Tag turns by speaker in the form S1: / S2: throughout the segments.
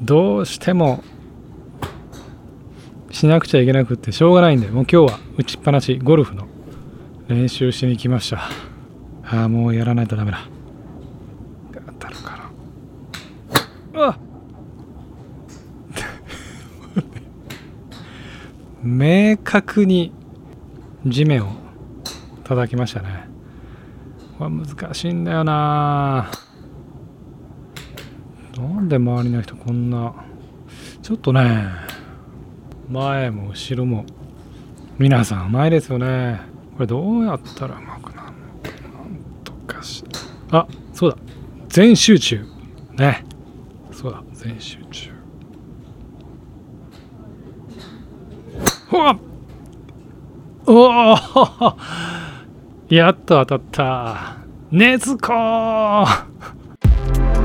S1: どうしてもしなくちゃいけなくってしょうがないんでもう今日は打ちっぱなしゴルフの練習しに来ましたああもうやらないとダメだ当たるかなうわっ 明確に地面を叩きましたねこれ難しいんだよななんで周りの人こんなちょっとね前も後ろも皆さんうまいですよねこれどうやったらうまくなるのなんとかしあそうだ全集中ねそうだ全集中ほわっおおやっと当たったねずこー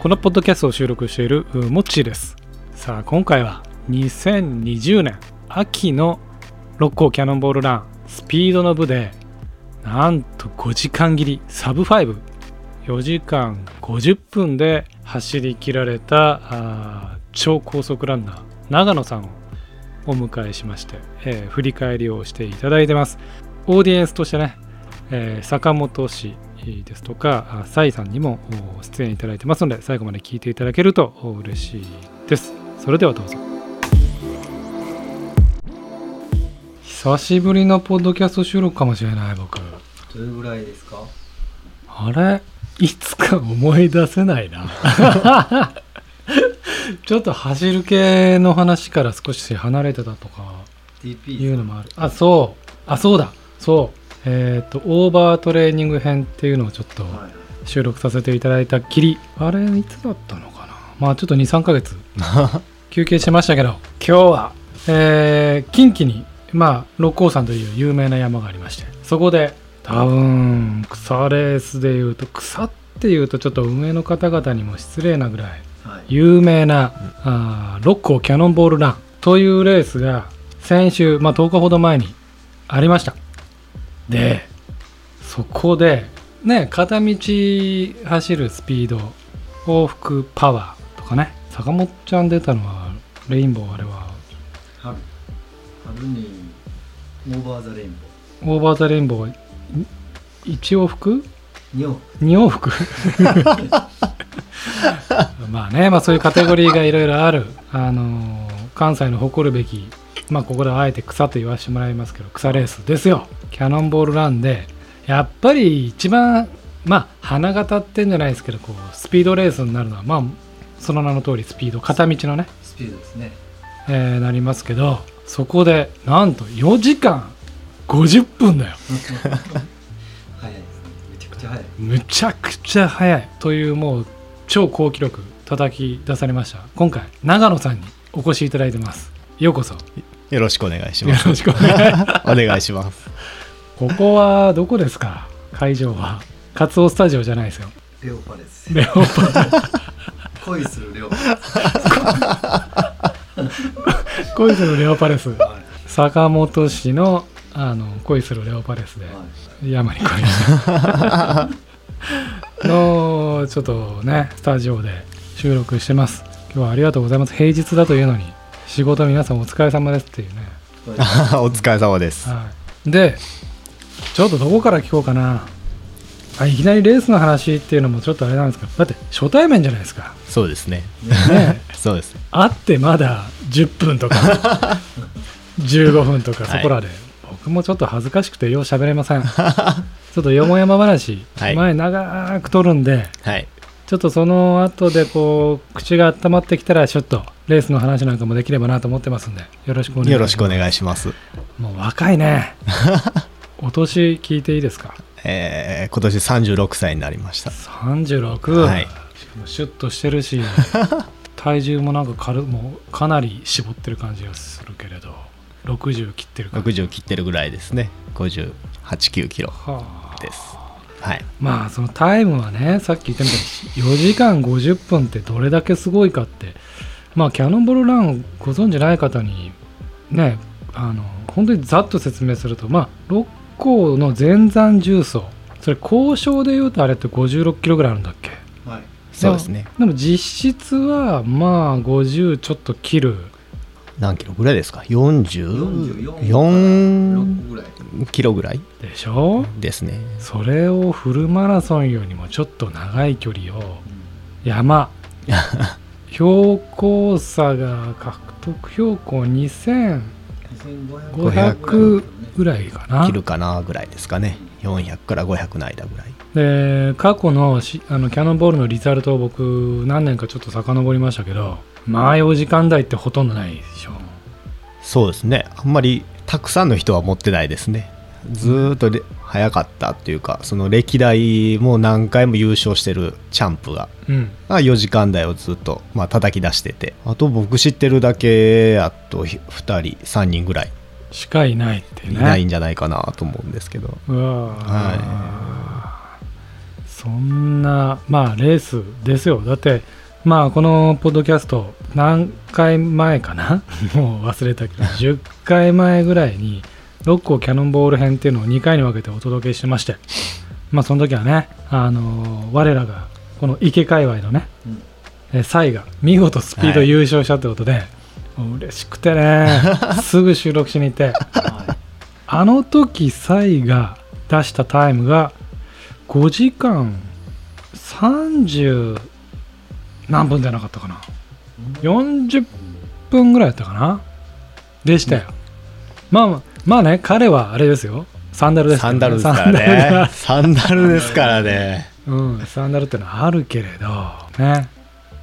S1: このポッドキャストを収録しているうモッチーですさあ今回は2020年秋の六甲キャノンボールランスピードの部でなんと5時間切りサブ5 4時間50分で走り切られたあー超高速ランナー長野さんをお迎えしまして、えー振り返りをしていただいてますオーディエンスとしてね、えー坂本氏ですとかあサイさんにもお出演いただいてますので最後まで聞いていただけるとお嬉しいですそれではどうぞ久しぶりのポッドキャスト収録かもしれない僕
S2: どれぐらいですか
S1: あれいつか思い出せない なちょっと走る系の話から少し離れてたとか
S2: ?TP
S1: いうのもあるあそうあそうだそうえっ、とオーバートレーニング編っていうのをちょっと
S2: はい、
S1: 収録させていただいたっきりあれいつだったのかなまあちょっと23ヶ月休憩してましたけど今日は、えー近畿にまあ六甲山という有名な山がありましてそこで多分草レースでいうと草っていうとちょっと運営の方々にも失礼なぐらい
S2: はい、
S1: 有名な、あー六甲キャノンボールランというレースが先週、まあ、10日ほど前にありましたでそこでね片道走るスピード往復パワーとかね坂本ちゃん出たのはレインボーあれは
S2: 春春にオーバーザレイン
S1: オーバーザレインボー1往復
S2: ボー日本
S1: 2往復まあね、まあ、そういうカテゴリーがいろいろある、あのー関西の誇るべき、まあ、ここではあえて草と言わせてもらいますけど草レースですよキャノンボールランでやっぱり一番まあ花が立ってんじゃないですけどこうスピードレースになるのはまあその名の通りスピード片道のね、
S2: スピードですね
S1: えーなりますけどそこでなんと4時間50分だよ
S2: 早いですねめちゃくちゃ早い
S1: むちゃくちゃ速いというもう超高記録叩き出されました今回長野さんにお越しいただいてますようこそよ
S3: よろしくお願いし
S1: ろ
S3: ます。
S1: しくお願いします
S3: お願いします。
S1: ここはどこですか会場はカツオスタジオじゃないですよ
S2: レオパレス
S1: レオパ
S2: 恋するレオパレス、
S1: 恋するレオパレス
S2: はいはい
S1: 坂本市のあの恋するレオパレスで山に来りましたのちょっとねスタジオで収録してます今日はありがとうございます平日だというのに仕事皆さんお疲れ様ですっていうね、
S2: はい
S3: お疲れ様です。
S1: はい、でちょっとどこから聞こうかなあいきなりレースの話っていうのもちょっとあれなんですけどだって初対面じゃないですか
S3: そうですね。
S1: ね
S3: そうです。
S1: 会ってまだ10分とか 15分とかそこらで、僕もちょっと恥ずかしくてよう喋れま せんちょっとよもやま話、
S3: はい
S1: 前長く取るんで
S3: はい。
S1: ちょっとその後でこう口が温まってきたらちょっとレースの話なんかもできればなと思ってますんでよろしくお願いします
S3: よろしくお願いします。
S1: もう若い ねお年聞いていいですか
S3: えー、今年36歳になりました。
S1: 36、
S3: はい
S1: しかもシュッとしてる し体重もなんか軽もうかなり絞ってる感じがするけれど60切ってるから
S3: 60切ってるぐらいですね。58、9キロ
S1: はあ
S3: です。はい。
S1: まあそのタイムはねさっき言ったみたいに4時間50分ってどれだけすごいかってまあキャノンボールランご存じない方にねあの本当にざっと説明すると、まあ、六甲の前山重曹それ交渉でいうとあれって56キロぐらいあるんだっけ
S2: はい
S3: そうですね
S1: でも実質はまあ50ちょっと切る
S3: 何キロぐらいですか44
S2: 44ぐらい
S3: キロぐらい
S1: でしょ
S3: ですね
S1: それをフルマラソンよりもちょっと長い距離を 山標高差が獲得標高2000
S2: 2500
S1: 500ぐらいかな
S3: 切るかなぐらいですかね400から500の間ぐらい
S1: で過去のしあのキャノンボールのリザルトを僕何年かちょっと遡りましたけどまあ4時間台ってほとんどないでしょ
S3: そうですねあんまりたくさんの人は持ってないですねずーっとで早かったっていうかその歴代もう何回も優勝してるチャンプが
S1: うん
S3: が4時間台をずっと、まあ、叩き出しててあと僕知ってるだけあと2人3人ぐらい
S1: しかいないってね
S3: いないんじゃないかなと思うんですけど
S1: うわーそんなまあレースですよだってまあこのポッドキャスト何回前かな もう忘れたけど10回前ぐらいに六甲キャノンボール編っていうのを2回に分けてお届けしてましてまあその時はねあの我らがこの池界隈のね、
S2: うん
S1: えサイが見事スピード優勝したってことで、もう嬉しくて ねすぐ収録しに行って
S2: は
S1: あの時サイが出したタイムが5時間30何分じゃなかったかない40分ぐらいだったかなでしたよ、まあまあまあね彼はあれですよサンダルですけ
S3: サ
S1: ど
S3: ンダルですからねサンダルですからね
S1: サンダルうんサンダルってのはあるけれどね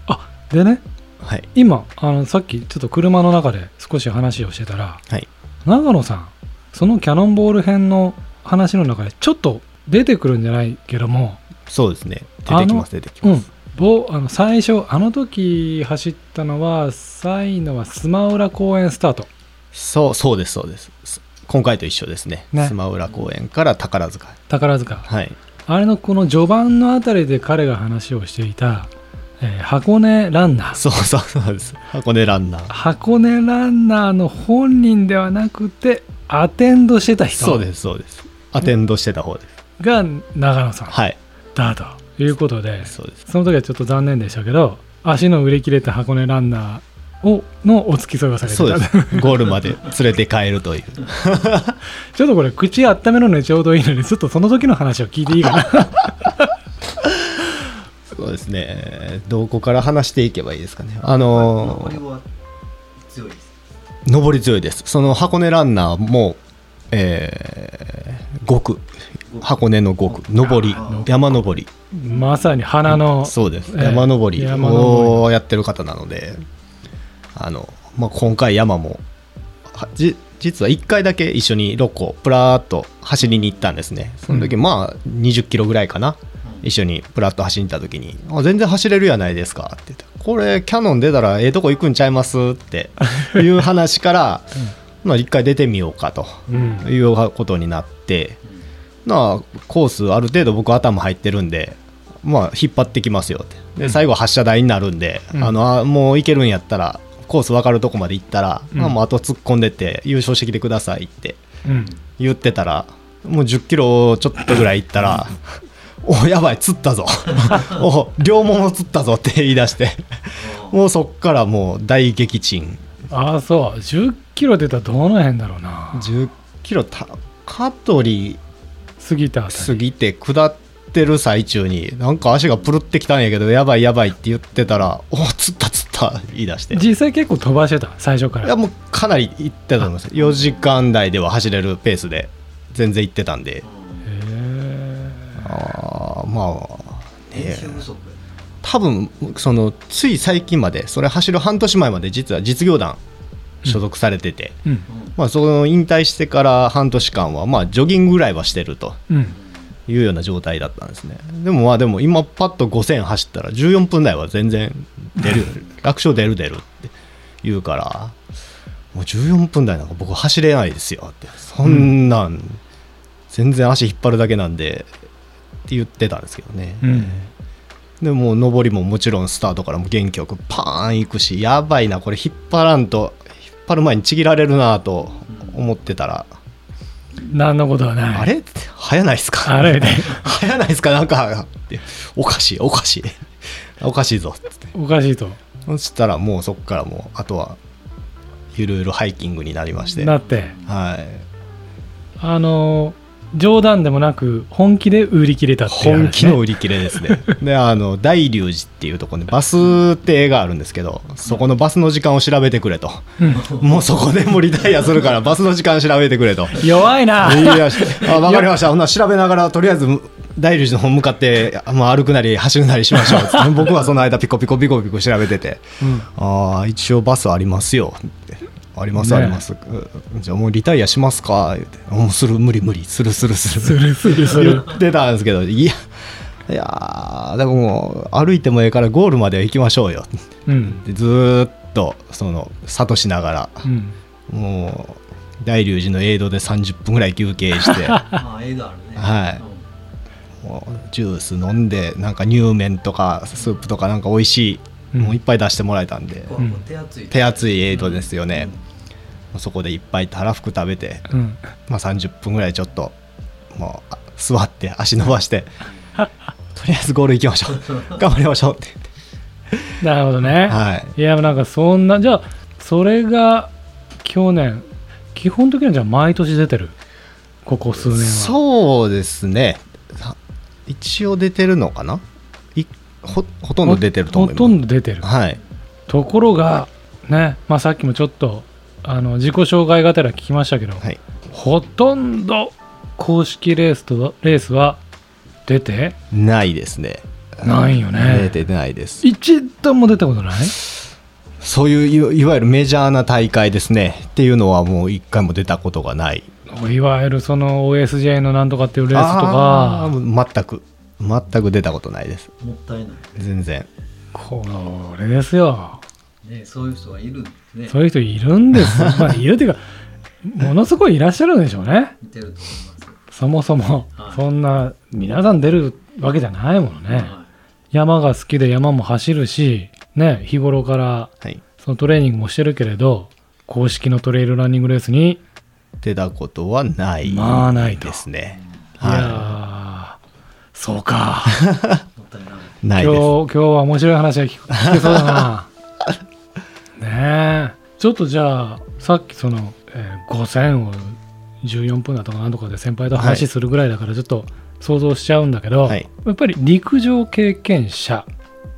S1: あでね
S3: はい
S1: 今あのさっきちょっと車の中で少し話をしてたら
S3: はい
S1: 長野さんそのキャノンボール編の話の中でちょっと出てくるんじゃないけども、
S3: そうですね出てきます出てき
S1: う
S3: ま
S1: ん
S3: す、
S1: ぼあの最初あの時走ったのはサイのはスマウラ公園スタート
S3: そうそうですそうですす今回と一緒ですね
S1: ね
S3: スマウラ公園から宝塚
S1: 宝塚
S3: はい
S1: あれのこの序盤のあたりで彼が話をしていた、えー箱根ランナー
S3: そうそうそうです箱根ランナー
S1: 箱根ランナーの本人ではなくてアテンドしてた
S3: そう
S1: 人
S3: ですそうですアテンドしてた方です
S1: が長野さん
S3: はい
S1: だということで
S3: そうです
S1: その時はちょっと残念でしたけど足の売り切れた箱根ランナーをのお付き添いをされてた
S3: そうですゴールまで連れて帰るという
S1: ちょっとこれ口温めるのにちょうどいいのでちょっとその時の話を聞いていいか な
S3: そうですねどこから話していけばいいですかねあの
S2: 残りは強いです
S3: 上り強いですその箱根ランナーもえー、5区箱根の5区上り
S2: あ
S3: 山登り
S1: まさに花の
S3: そうです、
S1: えー
S3: 山登り
S1: 山登り
S3: をやってる方なのであの、まあ、今回山もはじ実は1回だけ一緒に六甲プラーっと走りに行ったんですねその時、
S1: うん
S3: まあ20キロぐらいかな
S2: うん
S3: 一緒にプラッと走りに行った時に「あ全然走れるやないですか」って言って「これキャノン出たらええとこ行くんちゃいます?」っていう話 から、まあ一回出てみようかと
S1: うん
S3: いうことになって
S2: うん
S3: なあコースある程度僕頭入ってるんでまあ引っ張ってきますよってで最後発射台になるんで、
S1: うん
S3: あのあもう行けるんやったらコース分かるとこまで行ったら、
S1: うん
S3: まあ、もうあと突っ込んでって優勝してきてくださいって
S1: うん
S3: 言ってたらもう1 0キロちょっとぐらい行っ たら「おやばい釣ったぞお両もも釣ったぞ」って言い出してもうそっからもう大激鎮
S1: ああそう1 0キロ出たらどの辺だろうな
S3: 1 0キロた香取
S1: 過ぎたあた
S3: 過
S1: り
S3: ぎて下ってる最中になんか足がプルってきたんやけどやばいやばいって言ってたら「お釣った釣った」言い出してい
S1: 実際結構飛ばしてた最初から
S3: やもうかなり行ってたと思います4時間台では走れるペースで全然行ってたんで
S1: へえ
S3: あーまあ
S2: 練
S3: ね
S2: 習不足や
S3: 多分そのつい最近までそれ走る半年前まで実は実業団所属されてて、
S1: うん
S2: うん
S3: まあ、その引退してから半年間はまあジョギングぐらいはしてると
S1: うん
S3: いうような状態だったんですねでもまあでも今パッと5000走ったら14分台は全然出 る楽勝出る出るって言うからもう14分台なんか僕走れないですよってそんなん全然足引っ張るだけなんでって言ってたんですけどね、
S1: うん
S3: でもう上りももちろんスタートからも元気よくパーン行くしやばいなこれ引っ張らんと引っ張る前にちぎられるなと思ってたら、
S1: 何のことはない
S3: あれって早ないっすか
S1: あれね
S3: 早ないっすかなんかっておかしいおかしいおかしいぞっつって
S1: おかしいと
S3: そしたらもうそこからもうあとはゆるゆるハイキングになりまして
S1: なって
S3: はい
S1: あの冗談でもなく本気で売り切れたっていう話ね、
S3: 本気の売り切れで すねであの大龍寺っていうところでバス停があるんですけどそこのバスの時間を調べてくれともうそこでもうリタイアするからバスの時間調べてくれと
S1: うん弱いな
S3: いやあ分かりましたほな調べながらとりあえず大龍寺の方向かって、あまあ、歩くなり走るなりしましょうっつって僕はその間ピコピコピコピコ調べてて、ああ一応バスありますよってあります
S1: ね
S3: あります、うんじゃあもうリタイアしますか言ってもうする無理無理するするする
S1: するするす
S3: 言
S1: る
S3: ってたんですけどいやいやーでももう歩いてもええからゴールまで行きましょうよ
S1: うん
S3: でずーっとその諭しながら
S1: うん
S3: もう大龍寺のエイドで30分ぐらい休憩して
S2: ああ映画あるね
S3: はいもうジュース飲んでなんか乳麺とかスープとかなんか美味しい、
S1: うん
S3: もういっぱい出してもらえたんで
S2: うんこうこう手厚い
S3: 手厚いエイドですよね、そこでいっぱいたらふく食べて、
S1: うん
S3: まあ、30分ぐらいちょっともうあ座って足伸ば してとりあえずゴール行きましょう頑張りましょうって言って
S1: なるほどね、
S3: は
S1: い、
S3: い
S1: やなんかそんなじゃあそれが去年基本的にはじゃあ毎年出てるここ数年は
S3: そうですねさ一応出てるのかないほほとんど出てると思います
S1: ほとんど出てる
S3: はい
S1: ところがね、まあ、さっきもちょっとあの自己紹介がてら聞きましたけど、
S3: はい
S1: ほとんど公式レースとレースは出て
S3: ないですね
S1: ないよね
S3: 出てないです
S1: 一度も出たことない
S3: そういういいわゆるメジャーな大会ですねっていうのはもう一回も出たことがない
S1: いわゆるその OSJ のなんとかっていうレースと
S3: あ
S1: か
S3: ー全く全く出たことないです
S2: うんもったいない
S3: 全然
S1: これですよ
S2: ねそういう人がいるんですね
S1: そういう人いるんですよ、まあ、いるっていうかものすごいいらっしゃるんでしょうね
S2: 似てると思います
S1: そもそも
S2: はい
S1: そんな皆さん出るわけじゃないものね
S2: は
S1: 山が好きで山も走るしね日頃から
S3: はい
S1: そのトレーニングもしてるけれど公式のトレイルランニングレースに
S3: 出たことはない
S1: まあないと
S3: ですね
S1: いや
S3: は
S1: ーそうか
S2: いもったいない
S3: い
S1: 今日
S3: ないです
S1: 今日は面白い話が聞く聞けそうだ なねえちょっとじゃあさっきその、えー5000を14分だとかなんとかで先輩と話するぐらいだからちょっと想像しちゃうんだけど、
S3: はい
S1: やっぱり陸上経験者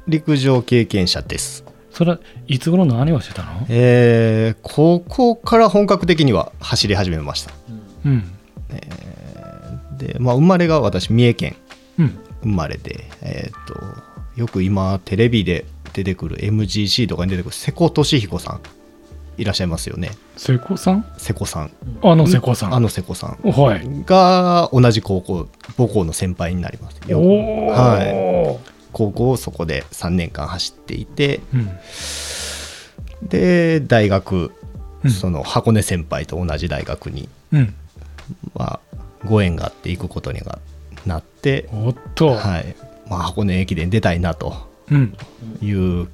S3: 陸上経験者です
S1: それはいつ頃何をしてたの
S3: えー、ここから本格的には走り始めました
S2: うん
S1: うん
S3: で、まあ、生まれが私三重県
S1: うん
S3: 生まれて、えーっとよく今テレビで出てくる MGC とかに出てくる瀬古利彦さんいらっしゃいますよね
S1: 瀬古さん
S3: 瀬古さん
S1: あの瀬古さん
S3: あの瀬古さん
S1: はい
S3: が同じ高校母校の先輩になります
S1: お
S3: よ
S1: お、
S3: は高校をそこで3年間走っていて
S1: うん
S3: で大学
S1: うん
S3: その箱根先輩と同じ大学に、
S1: うん
S3: まあ、ご縁があって行くことにがなって、
S1: おっと、
S3: はいまあ、箱根駅伝出たいなと
S1: うん
S3: いう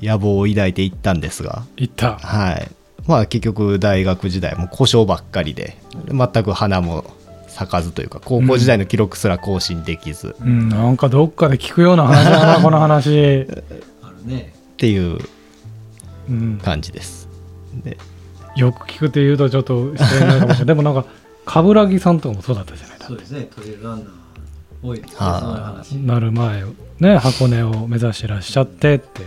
S3: 野望を抱いていったんですが、
S1: いった
S3: はいまあ、結局大学時代も故障ばっかりで全く花も咲かずというか高校時代の記録すら更新できず
S1: うん、なんかどっかで聞くような話だ なこの話、
S2: あるね
S3: っていう
S1: うん、
S3: 感じです。で
S1: よく聞くって言うとちょっと失礼になるかもしれ ないでもなんか冠城さんとかもそうだったじゃない
S2: そうですねトレイルランナー多いですねそ
S3: はあ
S2: ういう話
S1: なる前ね箱根を目指してらっしゃってって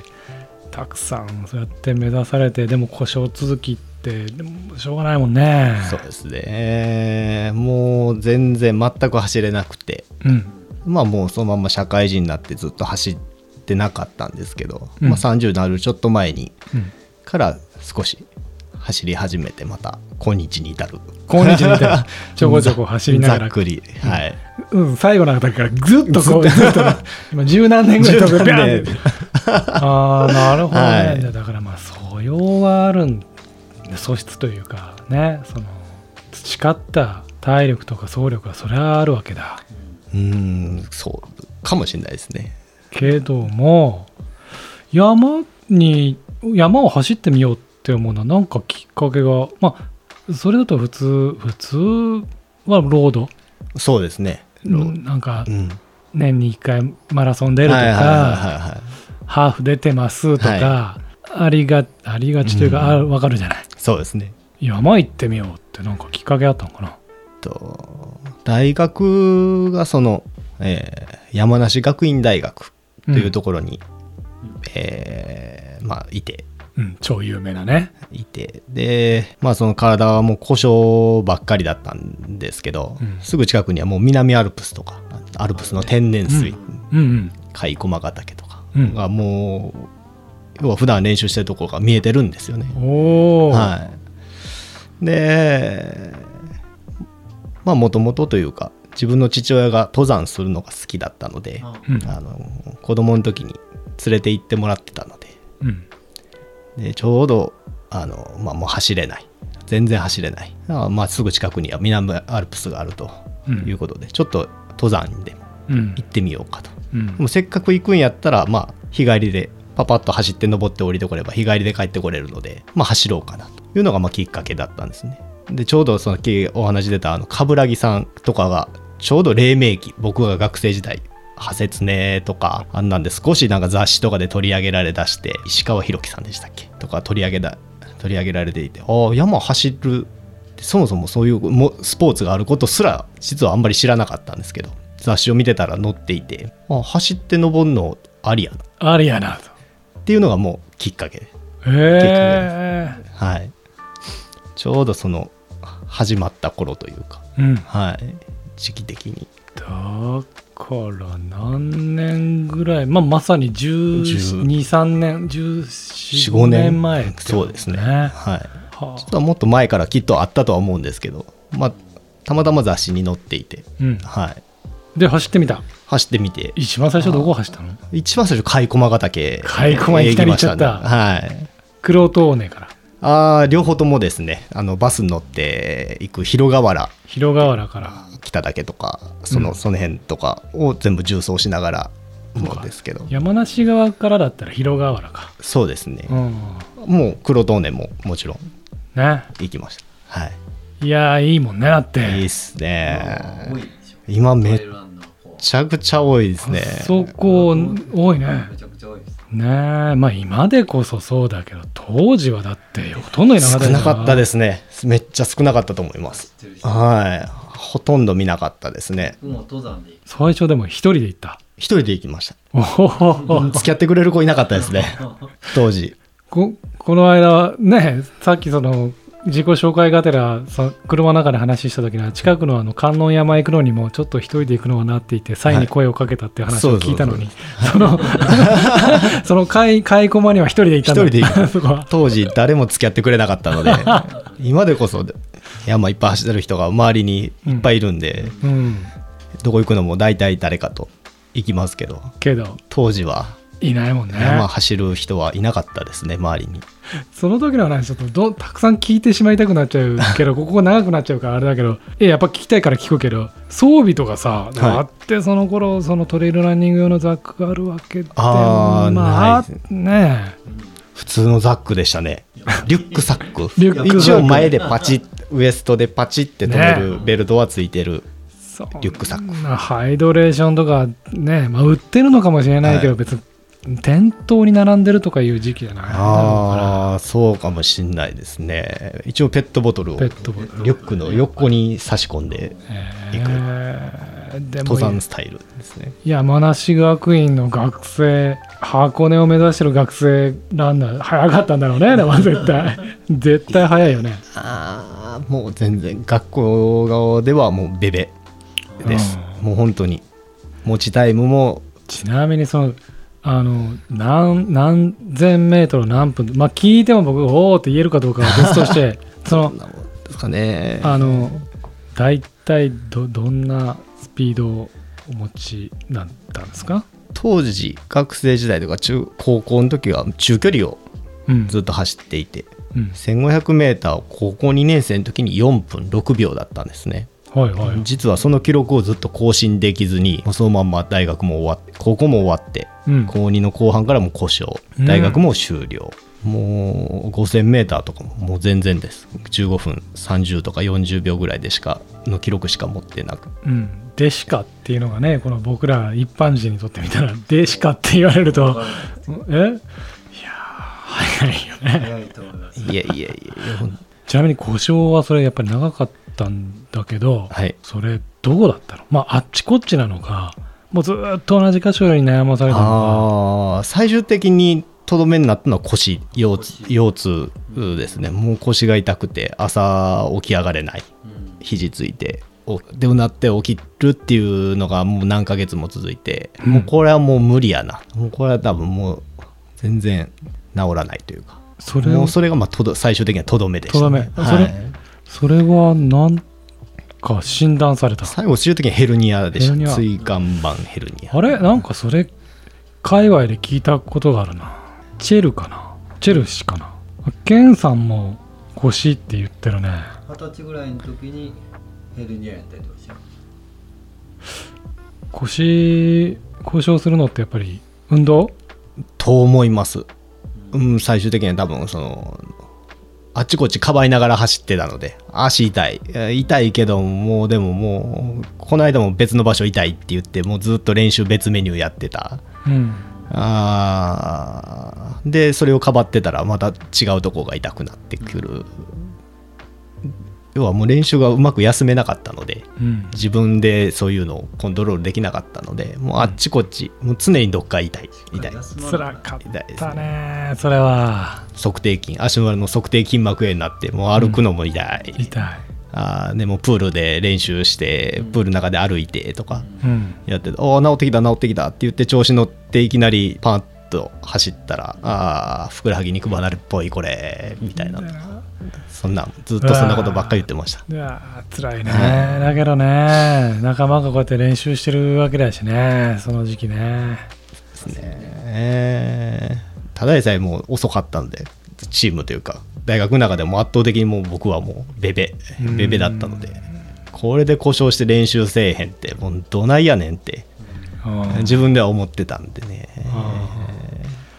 S1: たくさんそうやって目指されてでも故障続きってでもしょうがないもんね
S3: そうですねもう全然全く走れなくて
S1: うん
S3: まあもうそのまんま社会人になってずっと走ってなかったんですけど、
S1: うん
S3: まあ、30になるちょっと前に
S1: うん
S3: から少し走り始めてまた今日に至る
S1: 今日に至 るちょこちょこ走りながら
S3: ざっくりはい、
S1: うん、最後のあたりからずっとこう、ずっと、今、十何年ぐらい飛ぶ、
S3: 十
S1: ビ
S3: 何
S1: ャン
S3: 年
S1: って。ああ、なるほどね。
S3: はい
S1: じゃあだから、まあ、素養はあるん素質というか、ね、その、培った体力とか総力は、それはあるわけだ。
S3: うーんそうかもしれないですね
S1: けども、山に、山を走ってみようって思うのは、なんかきっかけが、まあ、それだと普通普通はロード
S3: そうですね。
S1: なんか
S3: うん。
S1: 年に1回マラソン出ると
S3: はいはい
S1: か
S3: はいはい。
S1: ハーフ出てますとか、ありがありがちというか、
S3: うん
S1: あわかるじゃない
S3: そうですね。
S1: 山行ってみようってなんかきっかけあったのかな
S3: と大学がその、えー山梨学院大学というところに、えーまあいて
S1: うん超有名なね
S3: いてでまあその体はもう故障ばっかりだったんですけど、
S1: うん
S3: すぐ近くにはもう南アルプスとかアルプスの天然水、
S1: うんうん
S3: 甲斐駒ヶ岳とか
S1: うん
S3: がもう要は普段練習してるところが見えてるんですよね。
S1: おお、
S3: はい、でまあもともとというか自分の父親が登山するのが好きだったので
S2: あ
S3: あ
S1: うん
S3: の子供の時に連れて行ってもらってたので
S1: うん
S3: でちょうどあの、まあ、もう走れない全然走れないだからまあすぐ近くには南アルプスがあると
S1: うん
S3: いうことで、ちょっと登山でも
S1: うん
S3: 行ってみようかと
S1: うん
S3: でもせっかく行くんやったらまあ日帰りでパパッと走って登って降りてこれば日帰りで帰ってこれるので、まあ、走ろうかなというのがまあきっかけだったんですねでちょうどそのきお話出たあの冠城さんとかがちょうど黎明期僕が学生時代「破説ね」とかあんなんで少しなんか雑誌とかで取り上げられだして石川博樹さんでしたっけとか取り上げだ取り上げられていてああ山走るでそもそもそういうもスポーツがあることすら実はあんまり知らなかったんですけど雑誌を見てたら載っていてあ走って登るのありやなっ
S1: ありやなと
S3: ていうのがもうきっかけで、
S1: へえ
S3: はい、ちょうどその始まった頃というか、
S1: うんだ
S3: はい、時期的に
S1: から何年ぐらいまあまさに
S3: 10
S1: 123年
S3: 45
S1: 1415
S3: 年
S1: 年前ってこと
S3: そうですね、
S1: は
S3: はい、
S1: あ
S3: 実はもっと前からきっとあったとは思うんですけど、まあ、たまたま雑誌に載っていて、
S1: うん、
S3: はい、
S1: で走ってみた
S3: 走ってみて
S1: 一番最初どこ走ったの
S3: 一番最初甲斐駒ヶ岳
S1: 甲斐駒いきなり行っちゃった
S3: 行きましねはい
S1: クロート尾根から
S3: あー両方ともですねあのバスに乗って行く広川原
S1: 広川原から
S3: 北岳とかその,、
S1: うん
S3: その辺とかを全部重走しながら
S1: そう
S3: も
S1: か
S3: うですけど
S1: 山梨側からだったら広川原か
S3: そうですね
S1: う、ん
S3: もう黒トーネももちろん
S1: ね
S3: 行きましたはい
S1: やーいいもんねだって
S3: いいいっす
S2: あ多
S3: ね
S2: いでしょ
S3: 今めっ
S2: トレイルランナーこう
S3: ちゃくちゃ多いですね
S1: あそこ多いね
S2: めちゃくちゃ多いです
S1: ねえまあ今でこそそうだけど当時はだってほとんどいなか
S3: 少
S1: ったじゃん
S3: なかったですねめっちゃ少なかったと思います
S2: 知ってる人
S3: はいほとんど見なかったですね
S2: 僕も登山で行く
S1: 最初でも一人で行った
S3: 一人で行きました
S1: おほほほ
S3: 付き合ってくれる子いなかったですね当時
S1: ここの間はねさっきその自己紹介がてらさ車の中で話した時の近くのあの観音山行くのにもちょっと一人で行くのはなって言ってサイに声をかけたっていう話
S3: は
S1: を
S3: い
S1: 聞いたのにそ のその 買い買い駒には一人で行ったんだ
S3: 一人で行った
S1: そこは
S3: 当時誰も付き合ってくれなかった ので今でこそ山いっぱい走ってる人が周りにいっぱいいるんで、
S1: うん
S3: どこ行くのも大体誰かと行きますけど
S1: けど
S3: 当時はい
S1: ないもんね
S3: 山走る人はいなかったですね周りに
S1: その時の話ちょっとどたくさん聞いてしまいたくなっちゃうけ どここが長くなっちゃうからあれだけどいややっぱ聞きたいから聞くけど装備とかさ、
S3: い
S1: あってその頃そのトレイルランニング用のザックがあるわけで
S3: あー
S1: まあ
S3: ない
S1: ねえ
S3: 普通のザックでしたねリュックサック
S1: リュックサック
S3: 一応前でパチッウエストでパチって止める
S1: ね
S3: ベルトはついてる、
S1: そ
S3: リュックサッ
S1: クハイドレーションとかね、まあ、売ってるのかもしれないけど、
S3: はい
S1: 別に店頭に並んでるとかいう時期じゃない
S3: ああそうかもしんないですね一応ペットボトルを
S1: ペ
S3: リ
S1: ットボトル、
S3: ュックの横に差し込んで
S1: えーでも
S3: 登山スタイルですね
S1: 山梨学院の学生箱根を目指してる学生ランナー早かったんだろうねでも絶 対絶対早いよね
S3: ああもう全然学校側ではもうベベです、もう本当に持ちタイムも
S1: ちなみにそのあの何何千メートル何分まあ聞いても僕おおって言えるかどうかは別として そ
S3: そ
S1: の
S3: んなもんですかね
S1: あの大体どどんなスピードをお持ちだったんですか、
S3: 当時学生時代とか中高校の時は中距離を
S1: うん
S3: ずっと走っていて
S1: うん、
S3: 1500m を高校2年生の時に4分6秒だったんですね
S1: はいはい、
S3: 実はその記録をずっと更新できずにもうそのまんま大学も終わって高校も終わって
S1: うん
S3: 高2の後半からもう故障
S1: うん
S3: 大学も終了、もう 5000m とかももう全然です15分30とか40秒ぐらいでしかの記録しか持ってなく
S1: うん、でしかっていうのがねこの僕ら一般人にとってみたら でしかって言われると
S2: わかる
S1: えいやー早いよね
S2: 早いと思います。
S3: いやいやいやいやほん
S1: ちなみに故障はそれやっぱり長かったんだけど、
S3: はい
S1: それどこだったのまああっちこっちなのかもうずーっと同じ箇所に悩まされたのか
S3: あー最終的にとどめになったのは腰腰痛
S2: 腰
S3: 腰痛ですねもう腰が痛くて朝起き上がれない
S2: うん
S3: 肘ついておでうなって起きるっていうのがもう何ヶ月も続いて、
S1: うん
S3: もうこれはもう無理やなもうこれは多分もう全然治らないというか
S1: それ
S3: も
S1: を
S3: うそれがまあとど最終的にはとどめでした、
S1: とどめそれ
S3: はい、
S1: それはなんか診断された
S3: 最後最終的にヘルニアでし
S1: ヘルニ
S3: た
S1: ア
S3: 椎間板ヘルニア
S1: あれなんかそれ界隈で聞いたことがあるなチェルかなチェルシかなケンさんも腰って言ってるね
S2: 二十歳ぐらいの時にヘルニアやったりとかしよ
S1: 腰故障するのってやっぱり運動
S3: と思います、
S2: う
S3: うんん、最終的には多分そのあっちこっちかばいながら走ってたので足痛いえー痛いけどもうでももうこの間も別の場所痛いって言ってもうずっと練習別メニューやってた
S1: うん
S3: あーでそれをかばってたらまた違うとこが痛くなってくる要はもう練習がうまく休めなかったので
S1: うん
S3: 自分でそういうのをコントロールできなかったのでもうあっちこっちもう常にどっか痛い痛い
S2: 休ま
S1: 辛
S2: な
S1: かっ
S3: 痛いです
S1: た
S3: ね
S1: ねそれは
S3: 測定筋足の裏の測定筋膜炎になってもう歩くのも痛い、
S1: 痛い
S3: あーでもプールで練習して
S2: うん
S3: プールの中で歩いてとか
S1: うん
S3: やってて「おー治ってきた治ってきた」って言って調子乗っていきなりパンと走ったら「ああふくらはぎ肉離れっぽいこれ」みたいなそんなずっとそんなことばっかり言ってました
S1: いやー辛いねだけどね仲間がこうやって練習してるわけだしねその時期ね
S3: ですねただでさえもう遅かったんでチームというか大学の中でも圧倒的にもう僕はもうベベ
S1: うん
S3: ベベだったのでこれで故障して練習せえへんってもうどないやねんって
S1: うん
S3: 自分では思ってたんでね
S1: あ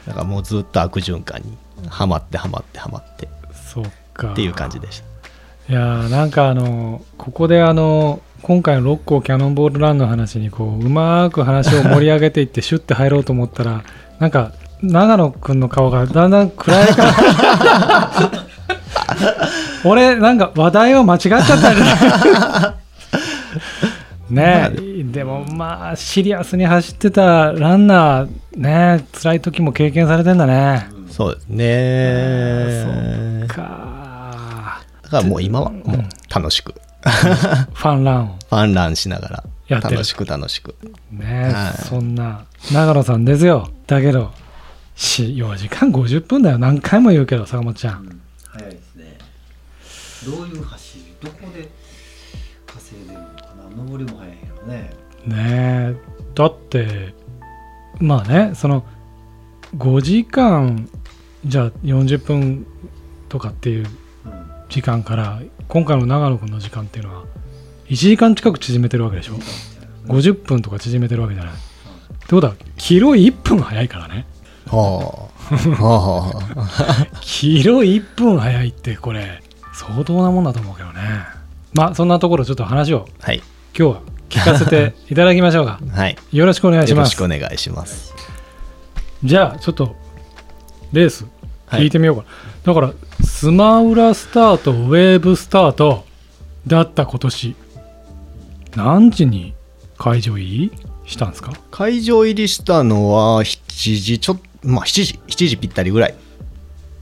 S3: だからもうずっと悪循環にはまってはまってはまって
S1: そうか
S3: っていう感じでした
S1: いやーなんかあのここであの今回の六甲キャノンボールランの話にこううまーく話を盛り上げていってシュッて入ろうと思ったらなんか長野くんの顔がだんだん暗いから俺なんか話題を間違っちゃったんじゃないねえでもまあシリアスに走ってたランナーね辛い時も経験されてんだね
S3: そうですね
S1: か
S3: だからもう今はもう楽しくフ
S1: ーファンランを
S3: ァンランしなが
S1: や
S3: ら
S1: ってる
S3: 楽しく楽しく
S1: ねえ、
S3: はい
S1: そんな長野さんですよだけど4時間50分だよ何回も言うけど坂本ちゃ
S2: うんん早いですね。どういう走り、どこで稼いでるのかな、登りも早いけどね。
S1: ねえだってまあねその5時間じゃあ40分とかっていう
S2: うん
S1: 時間から今回の長野君の時間っていうのは1時間近く縮めてるわけでしょ50分とか縮めてるわけじゃないってことはキロ1分早いからね
S3: はあは
S1: キロ1分早いってこれ相当なもんだと思うけどねまあそんなところちょっと話を
S3: あはい
S1: 今日は聞かせていただきましょ うか
S3: はい
S1: よろしくお願いし
S3: よろ
S1: ま
S3: し
S1: す
S3: くお願いします
S1: じゃあちょっとレース
S3: は
S1: 聞いてみようか、だからスマウラスタートウェーブスタートだった今年何時に会場入りしたんですか
S3: 会場入りしたのは7時ちょっまあ7時7時ぴったりぐらい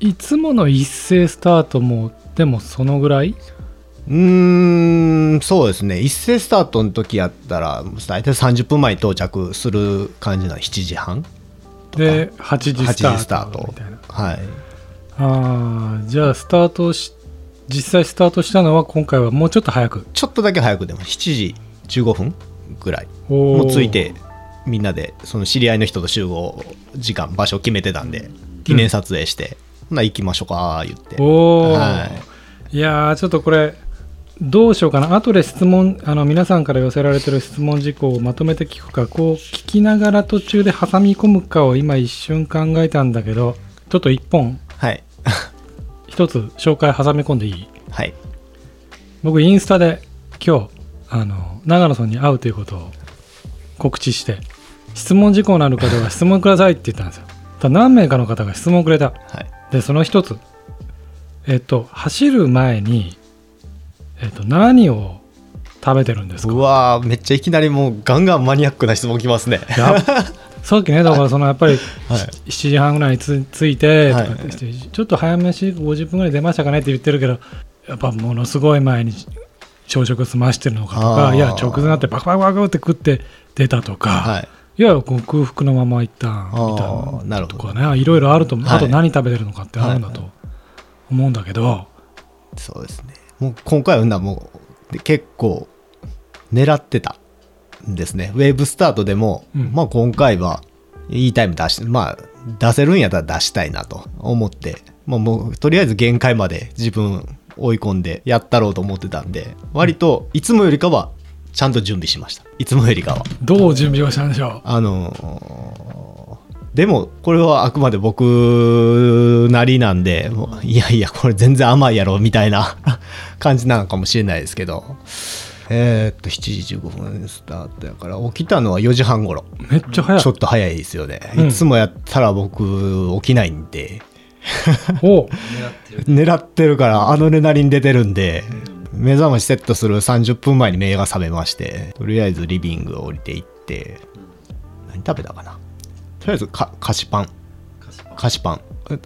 S1: いつもの一斉スタートもでもそのぐらいう
S3: ーんそうですね一斉スタートの時やったら大体30分前に到着する感じなの7時半
S1: で8時
S3: 8
S1: スタ
S3: 時スタ
S1: ー
S3: ー
S1: トみ
S3: ト
S1: たいな
S3: はい
S1: ああじゃあスタートし実際スタートしたのは今回はもうちょっと早く
S3: ちょっとだけ早くでも7時15分ぐらい
S1: おー
S3: もうついてみんなでその知り合いの人と集合時間場所決めてたんで記念撮影して、ほな行きましょうか言って
S1: おお、
S3: はい
S1: い、やーちょっとこれどうしようかな後で質問あの皆さんから寄せられてる質問事項をまとめて聞くかこう聞きながら途中で挟み込むかを今一瞬考えたんだけどちょっと一本
S3: はい
S1: 一つ紹介挟み込んでいい
S3: はい
S1: 僕インスタで今日あの長野さんに会うということを告知して質問事項のある方は質問くださいって言ったんですよただ何名かの方が質問をくれた
S3: はい
S1: でその一つえっと走る前にえっと何を食べてるんです
S3: う
S1: か
S3: わーめっちゃいきなりもうガンガンマニアックな質問きますね
S1: やっ さっきねだからそのやっぱり
S3: はい
S1: 7時半ぐらいにつ着いてと
S3: は
S1: か
S3: い
S1: ってして、ちょっと早飯50分ぐらい出ましたかねって言ってるけどやっぱものすごい前に朝食済ましてるのかと
S3: あ
S1: か
S3: ー
S1: いや直前になってバクバクバクって食って出たとか、
S3: はい
S1: い、やこう空腹のまま行った
S3: あー
S1: みたい
S3: な
S1: な
S3: る
S1: と
S3: ほど
S1: かねいろいろあると思う、
S3: はい
S1: あと何食べてるのかってあるんだと思うんだけど、
S3: そうですねもう今回はなもうで結構狙ってたんですねウェーブスタートでも、
S1: うん
S3: まあ今回はいいタイム出してまあ出せるんやったら出したいなと思って、まあ、もうとりあえず限界まで自分追い込んでやったろうと思ってたんで割といつもよりかはちゃんと準備しましたいつもよりかは
S1: どう準備をしたんでしょ
S3: あのーでもこれはあくまで僕なりなんでもういやいやこれ全然甘いやろみたいな 感じなのかもしれないですけどえーっと7時15分スタートやから起きたのは4時半頃
S1: うめっちゃ早い
S3: ちょっと早いですよね、
S1: うん
S3: いつもやったら僕起きないんで
S1: お
S2: 狙ってる
S3: 狙ってるからアドレナリン出てるんで目覚ましセットする30分前に目が覚めましてとりあえずリビング降りていって何食べたかなとりあえずか菓子パン
S2: 菓子パン
S3: 菓子パンえ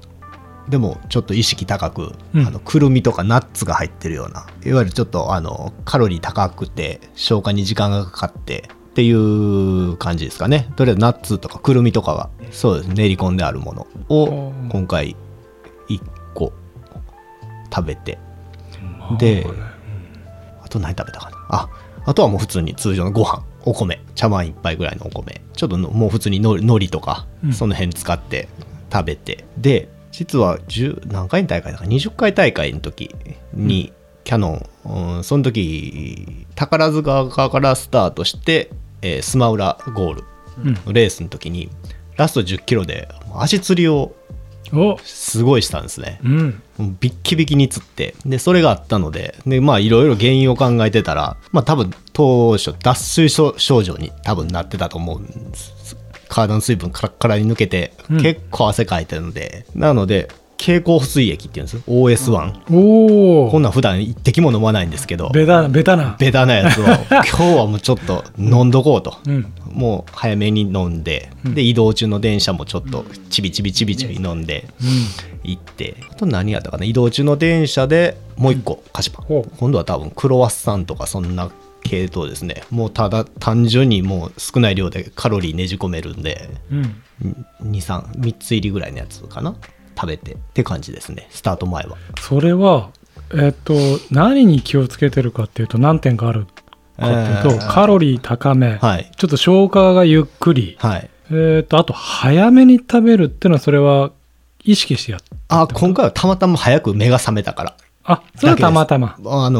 S3: でもちょっと意識高く、
S1: うん
S3: あのくるみとかナッツが入ってるようないわゆるちょっとあのカロリー高くて消化に時間がかかってっていう感じですかねとりあえずナッツとかくるみとかがそうです練り込んであるものを
S1: うん
S3: 今回1個食べて
S1: まあ
S3: で
S1: これね
S3: あと何食べたかなああとはもう普通に通常のご飯お米茶碗一杯ぐらいのお米ちょっとのもう普通にの海苔とか、
S1: うん
S3: その辺使って食べてで実は10何回の大会だから20回大会の時に、キャノン、うんその時宝塚からスタートして、えースマウラゴール
S1: うん
S3: のレースの時にラスト1 0キロで足つりを
S1: お
S3: すごいしたんですね
S1: うん
S3: もうビッキビキに釣ってでそれがあったのででまあいろいろ原因を考えてたらまあ多分当初脱水症症状に多分なってたと思うんです体の水分カラッカラに抜けて、
S1: うん
S3: 結構汗かいてるのでなので経口補水液っていうんです OS1、
S1: お
S3: こん
S1: お
S3: なん普段一滴も飲まないんですけど
S1: ベタなベタな
S3: ベタな やつを今日はもうちょっと飲んどこうと、
S1: うん
S3: もう早めに飲んで、で移動中の電車もちょっとちびちびちびちび飲んで、行ってあと何やったかな移動中の電車でもう一個菓子パン、
S1: ほう
S3: 今度は多分クロワッサンとかそんな系統ですねもうただ単純にもう少ない量でカロリーねじ込めるんで
S1: うんうん
S3: 233つ入りぐらいのやつかな食べてって感じですねスタート前は
S1: それは、えっと、何に気をつけてるかっていうと何点かあるかっていうと、
S3: えー
S1: カロリー高め、
S3: はい
S1: ちょっと消化がゆっくり、
S3: はい
S1: えっとあと早めに食べるっていうのはそれは意識してやっ
S3: あ今回はたまたま早く目が覚めたから
S1: あそれはたまたま
S3: あ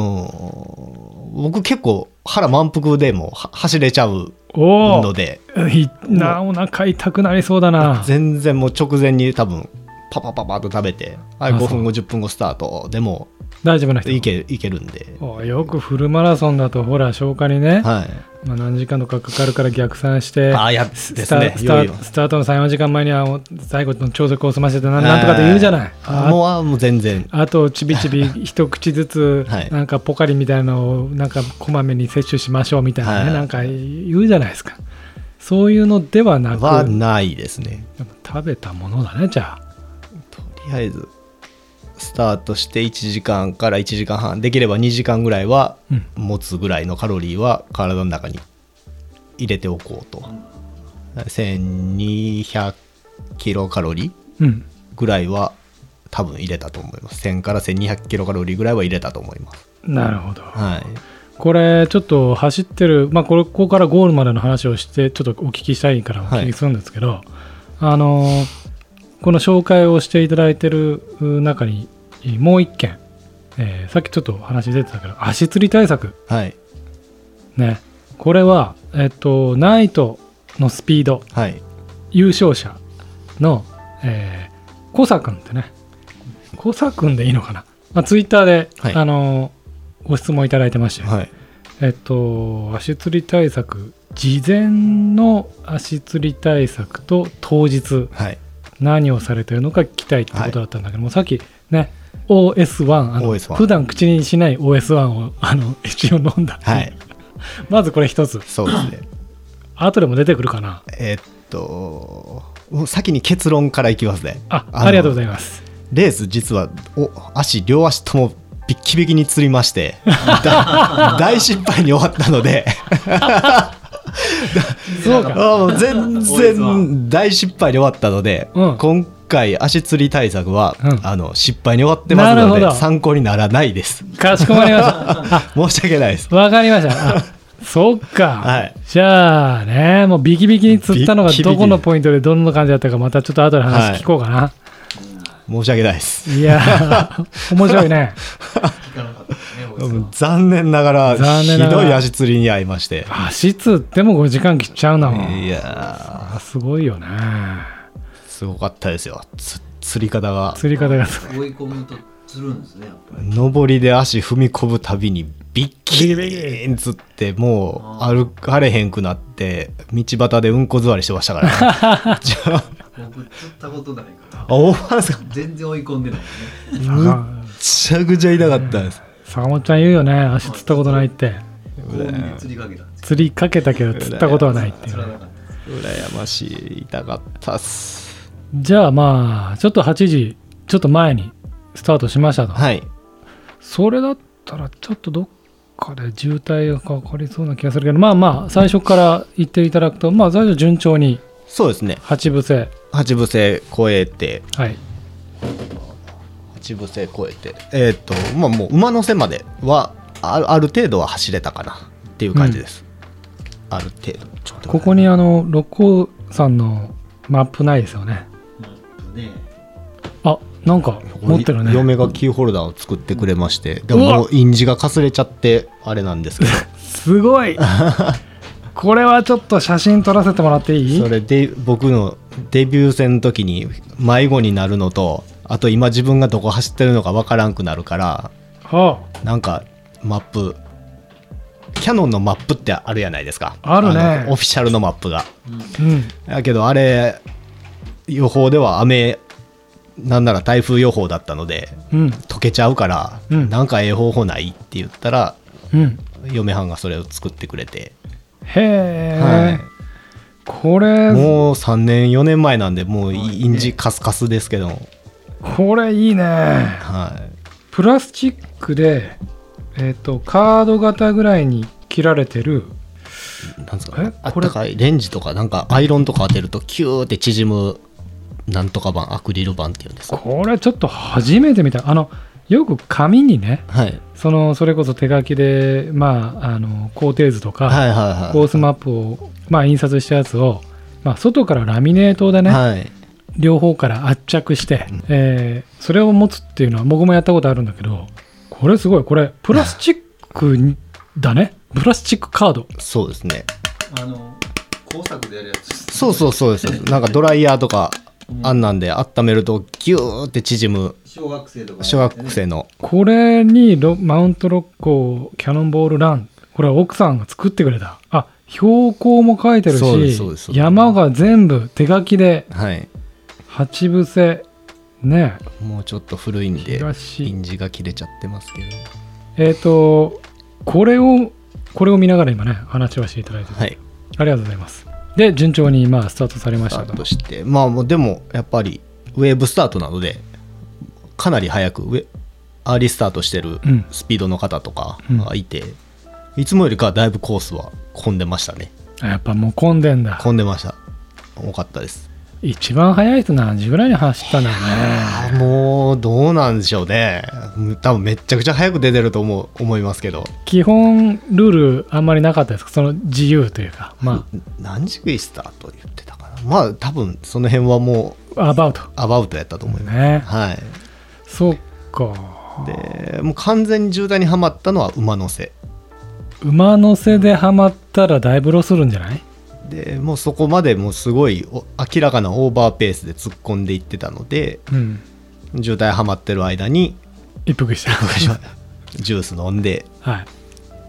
S3: のー僕結構腹満腹でもうは走れちゃう
S1: お
S3: の
S1: お
S3: で
S1: いなお腹痛くなりそうだな
S3: 全然もう直前に多分パパパパッと食べてはい
S1: あ
S3: 5
S1: そう
S3: 分50分後スタートでも
S1: 大丈夫な人
S3: いけいけるんで、
S1: およくフルマラソンだとほら消化にね、
S3: はい、
S1: まあ、何時間とかかかるから逆算して
S3: ああやっです
S1: スタ
S3: ね
S1: スタ
S3: いよいよ
S1: スタートの34時間前にはお最後の朝食を済ませてなんなんとかって言うじゃないあ
S3: もうあもう全然
S1: あとちびち び一口ずつ
S3: はい
S1: なんかポカリみたいなのをなんかこまめに摂取しましょうみたいなね、
S3: はい
S1: なんか言うじゃないですかそういうのではなく
S3: はないですね
S1: やっぱ食べたものだねじゃあ
S3: とりあえずスタートして1時間から1時間半できれば2時間ぐらいは
S1: うん
S3: 持つぐらいのカロリーは体の中に入れておこうと1200キロカロリー
S1: うん
S3: ぐらいは多分入れたと思います1000から1200キロカロリーぐらいは入れたと思います
S1: なるほど
S3: はい
S1: これちょっと走ってる、まあ、これここからゴールまでの話をしてちょっとお聞きしたいからお聞きするんですけど、あのーこの紹介をしていただいてるう中にもう一件、えーさっきちょっとお話出てたけど足つり対策
S3: はい
S1: ねこれはえっとナイトのスピード
S3: はい
S1: 優勝者の、えー、コサ君ってねコサ君でいいのかな、まあ、ツイッターで、
S3: はい
S1: あのーご質問いただいてまして、
S3: はい
S1: えっと、足つり対策、事前の足つり対策と当日、
S3: はい
S1: 何をされてるのか聞きたいってことだったんだけども、さっきね、OS1、あの
S3: OS1
S1: 普段口にしない OS1 をあの一応飲んだ、
S3: はい
S1: まずこれ一つ、
S3: そうですね
S1: 後でも出てくるかな。
S3: えっともう先に結論からいきますね
S1: あ
S3: あの
S1: ありがとうございます。
S3: レース実はお足両足ともビッキビキにつりまして だ大失敗に終わったので
S1: そうか
S3: あもう全然大失敗に終わったので、
S1: うん
S3: 今回足つり対策は、
S1: うん
S3: あの失敗に終わってますの
S1: なる
S3: で
S1: ほど
S3: 参考にならないです
S1: かしこまりま した。あ
S3: 申し訳ないです
S1: わかりました。あそっか、
S3: はい
S1: じゃあね、もうビキビキに釣ったのが
S3: ビッキビキ
S1: どこのポイントでどんな感じだったか、またちょっと後で話聞こうかな。
S3: 申し訳ないです
S1: い、やー、面白いね。
S2: 聞かなかったですね大
S3: う
S2: 石さん
S3: ん残念ながら
S1: 残
S3: ひ
S1: 念ながら
S3: どい足つりに遭いまして
S1: 足つっても5時間切っちゃうなもん。
S3: いや
S1: あすごいよね。
S3: ーすごかったですよつ釣り方が
S1: 釣り方がす
S2: 追い込むとつるんですねやっぱり
S3: 上りで足踏み込むたびにビッキーンつってもう歩かれへんくなって道端でうんこ座りしてました からねじゃあ
S2: 僕釣ったことないから
S3: あ思わず
S2: 全然追い込んでないね
S1: ごい。
S3: むっ
S1: 坂
S3: ちゃくちゃ痛かったです
S1: 坂本ちゃん言うよね、足つったことないって。
S2: 強引に釣りかけたんです
S1: 釣りかけたけど釣ったことはないってい
S2: 釣
S1: う
S2: らな
S1: ね。
S2: かったです
S3: 羨ましい痛かったっす
S1: じゃあまあ、ちょっと8時、ちょっと前にスタートしましたと。
S3: はい
S1: それだったらちょっとどっかで渋滞がかかりそうな気がするけどまあまあ最初から行っていただくとまあ最初順調に
S3: そうですね
S1: 八伏せ
S3: 八伏せ超えて
S1: はい
S3: 八伏せ超えてえっ、とまあもう馬の背まではあるある程度は走れたかなっていう感じです、ある程度ちょっと
S1: ここにあの六甲山のマップないですよね
S2: マップね
S1: あなんか持ってるね
S3: 嫁がキーホルダーを作ってくれましてで
S1: うわ
S3: ももう印字がかすれちゃってあれなん ですけ
S1: すご いこれはちょっと写真撮らせてもらっていい
S3: どそれで僕のデビュー戦の時に迷子になるのとあと今自分がどこ走ってるのかわからんくなるから
S1: は
S3: なんかマップキャノンのマップってあるやないですか
S1: あるね
S3: のオフィシャルのマップが
S2: うん
S1: あうん
S3: だけどあれ予報では雨なんなら台風予報だったので
S1: うん
S3: 溶けちゃうから、
S1: うん
S3: なんかええ方法ないって言ったら
S1: うん
S3: 嫁はんがそれを作ってくれて、
S1: へえ、
S3: はい
S1: これ
S3: もう3年4年前なんでもう
S2: はい
S3: インジカスカスですけども、
S1: これいいね
S3: は
S1: プラスチックで、えっとカード型ぐらいに切られてる
S3: い、なんです
S1: え
S3: かあっ
S1: これ
S3: たかいレンジとかなんかアイロンとか当てるとキューって縮むなんとか板アクリル板っていうんですか
S1: これちょっと初めて見たあのよく紙にね
S3: はい
S1: そのそれこそ手書きで、まあ、あの工程図とか、
S3: はいはい
S1: コ
S3: は
S1: ースマップを、まあ、印刷したやつを、まあ、外からラミネートで
S3: い、
S1: ね、
S3: はい、
S1: 両方から圧着して、えーそれを持つっていうのは僕もやったことあるんだけどこれすごいこれプラスチックにだねプラスチックカード
S3: そうですね
S2: あの工作でやるやつ
S3: そうそうそうですなんかドライヤーとかあんなんで温めるとキューって縮む
S2: 小学生とか
S3: 小学生の
S1: これにロマウントロッコキャノンボールランこれは奥さんが作ってくれたあ標高も書いてる
S3: そうですそうで
S1: し
S3: す
S1: 山が全部手書きで
S3: はい
S1: 八伏せね
S3: もうちょっと古いんで
S1: 東
S3: インジが切れちゃってますけど
S1: えっ、とこれをこれを見ながら今ね話をしていただいてて、
S3: はい
S1: ありがとうございますで順調にまあスタートされまし
S3: スタ
S1: た
S3: ー
S1: と
S3: トしてまあもうでもやっぱりウェーブスタートなのでかなり早くウェアーリースタートしてる
S1: うん
S3: スピードの方とか
S1: うん
S3: がいて、いつもよりかはだいぶコースは混んでましたね
S1: あやっぱもう混んでんだ
S3: 混んでました多かったです
S1: 一番速い人何時ぐらいに走ったんだろうね
S3: あーもうどうなんでしょうね多分めっちゃくちゃ早く出てると思う思いますけど
S1: 基本ルールあんまりなかったですかその自由というかま
S3: 何時ぐらいスタート言ってたかなまあ多分その辺はもう
S1: あアバウト
S3: アバウトやったと思います、
S1: ね
S3: はい
S1: そうか
S3: でもう完全に渋滞にはまったのは馬の背
S1: 馬乗せでハマったらだいぶロスするんじゃない
S3: でもうそこまでもうすごいお明らかなオーバーペースで突っ込んでいってたので
S1: うん
S3: 渋滞はまってる間に
S1: 一服した。
S3: ジュース飲んで
S1: はい。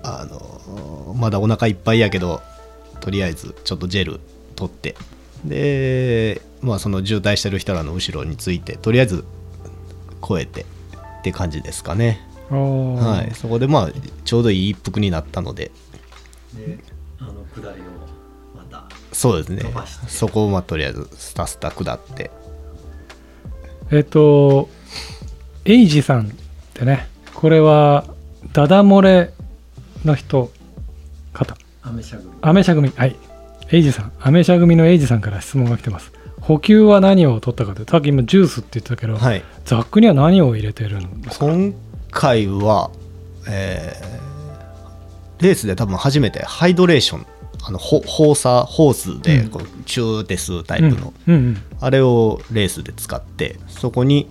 S3: あのまだお腹いっぱいやけどとりあえずちょっとジェル取ってで、まあ、その渋滞してる人らの後ろについてとりあえず越えてって感じですかね、
S1: おー
S3: はい、そこでまあちょうどいい一服になったので
S2: であの下りをまた
S3: そうですね
S2: 飛ばして
S3: そこをまあとりあえずスタスタ下って
S1: えっ、と、エイジさんってね、これは、ダダ漏れの人、方、
S2: アメ車組
S1: アメ車組、はい、エイジさん、アメ車組のエイジさんから質問が来てます。補給は何を取ったかって、さっき今ジュースって言ってたけど、
S3: はい
S1: ザックには何を入れてるんですか
S3: 今回は、えーレースで多分初めてハイドレーションあのホホーサーホースで
S1: うん
S3: こうチューって吸うタイプの、
S1: うん、うん
S3: あれをレースで使ってそこに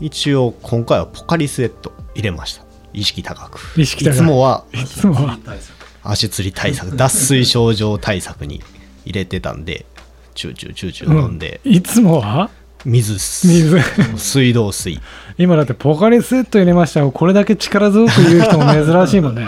S3: 一応今回はポカリスエット入れました意識高く
S1: 意識高い
S3: いつもはい
S1: つもは
S2: 対策
S3: 足つり 対策脱水症状対策に入れてたんでチューチューチューチュ
S1: うん、
S3: ー飲んで、
S1: いつもは
S3: 水っす
S1: 水
S3: 水道水
S1: 今だってポカリスエット入れましたをこれだけ力強く言う人も珍しいも んね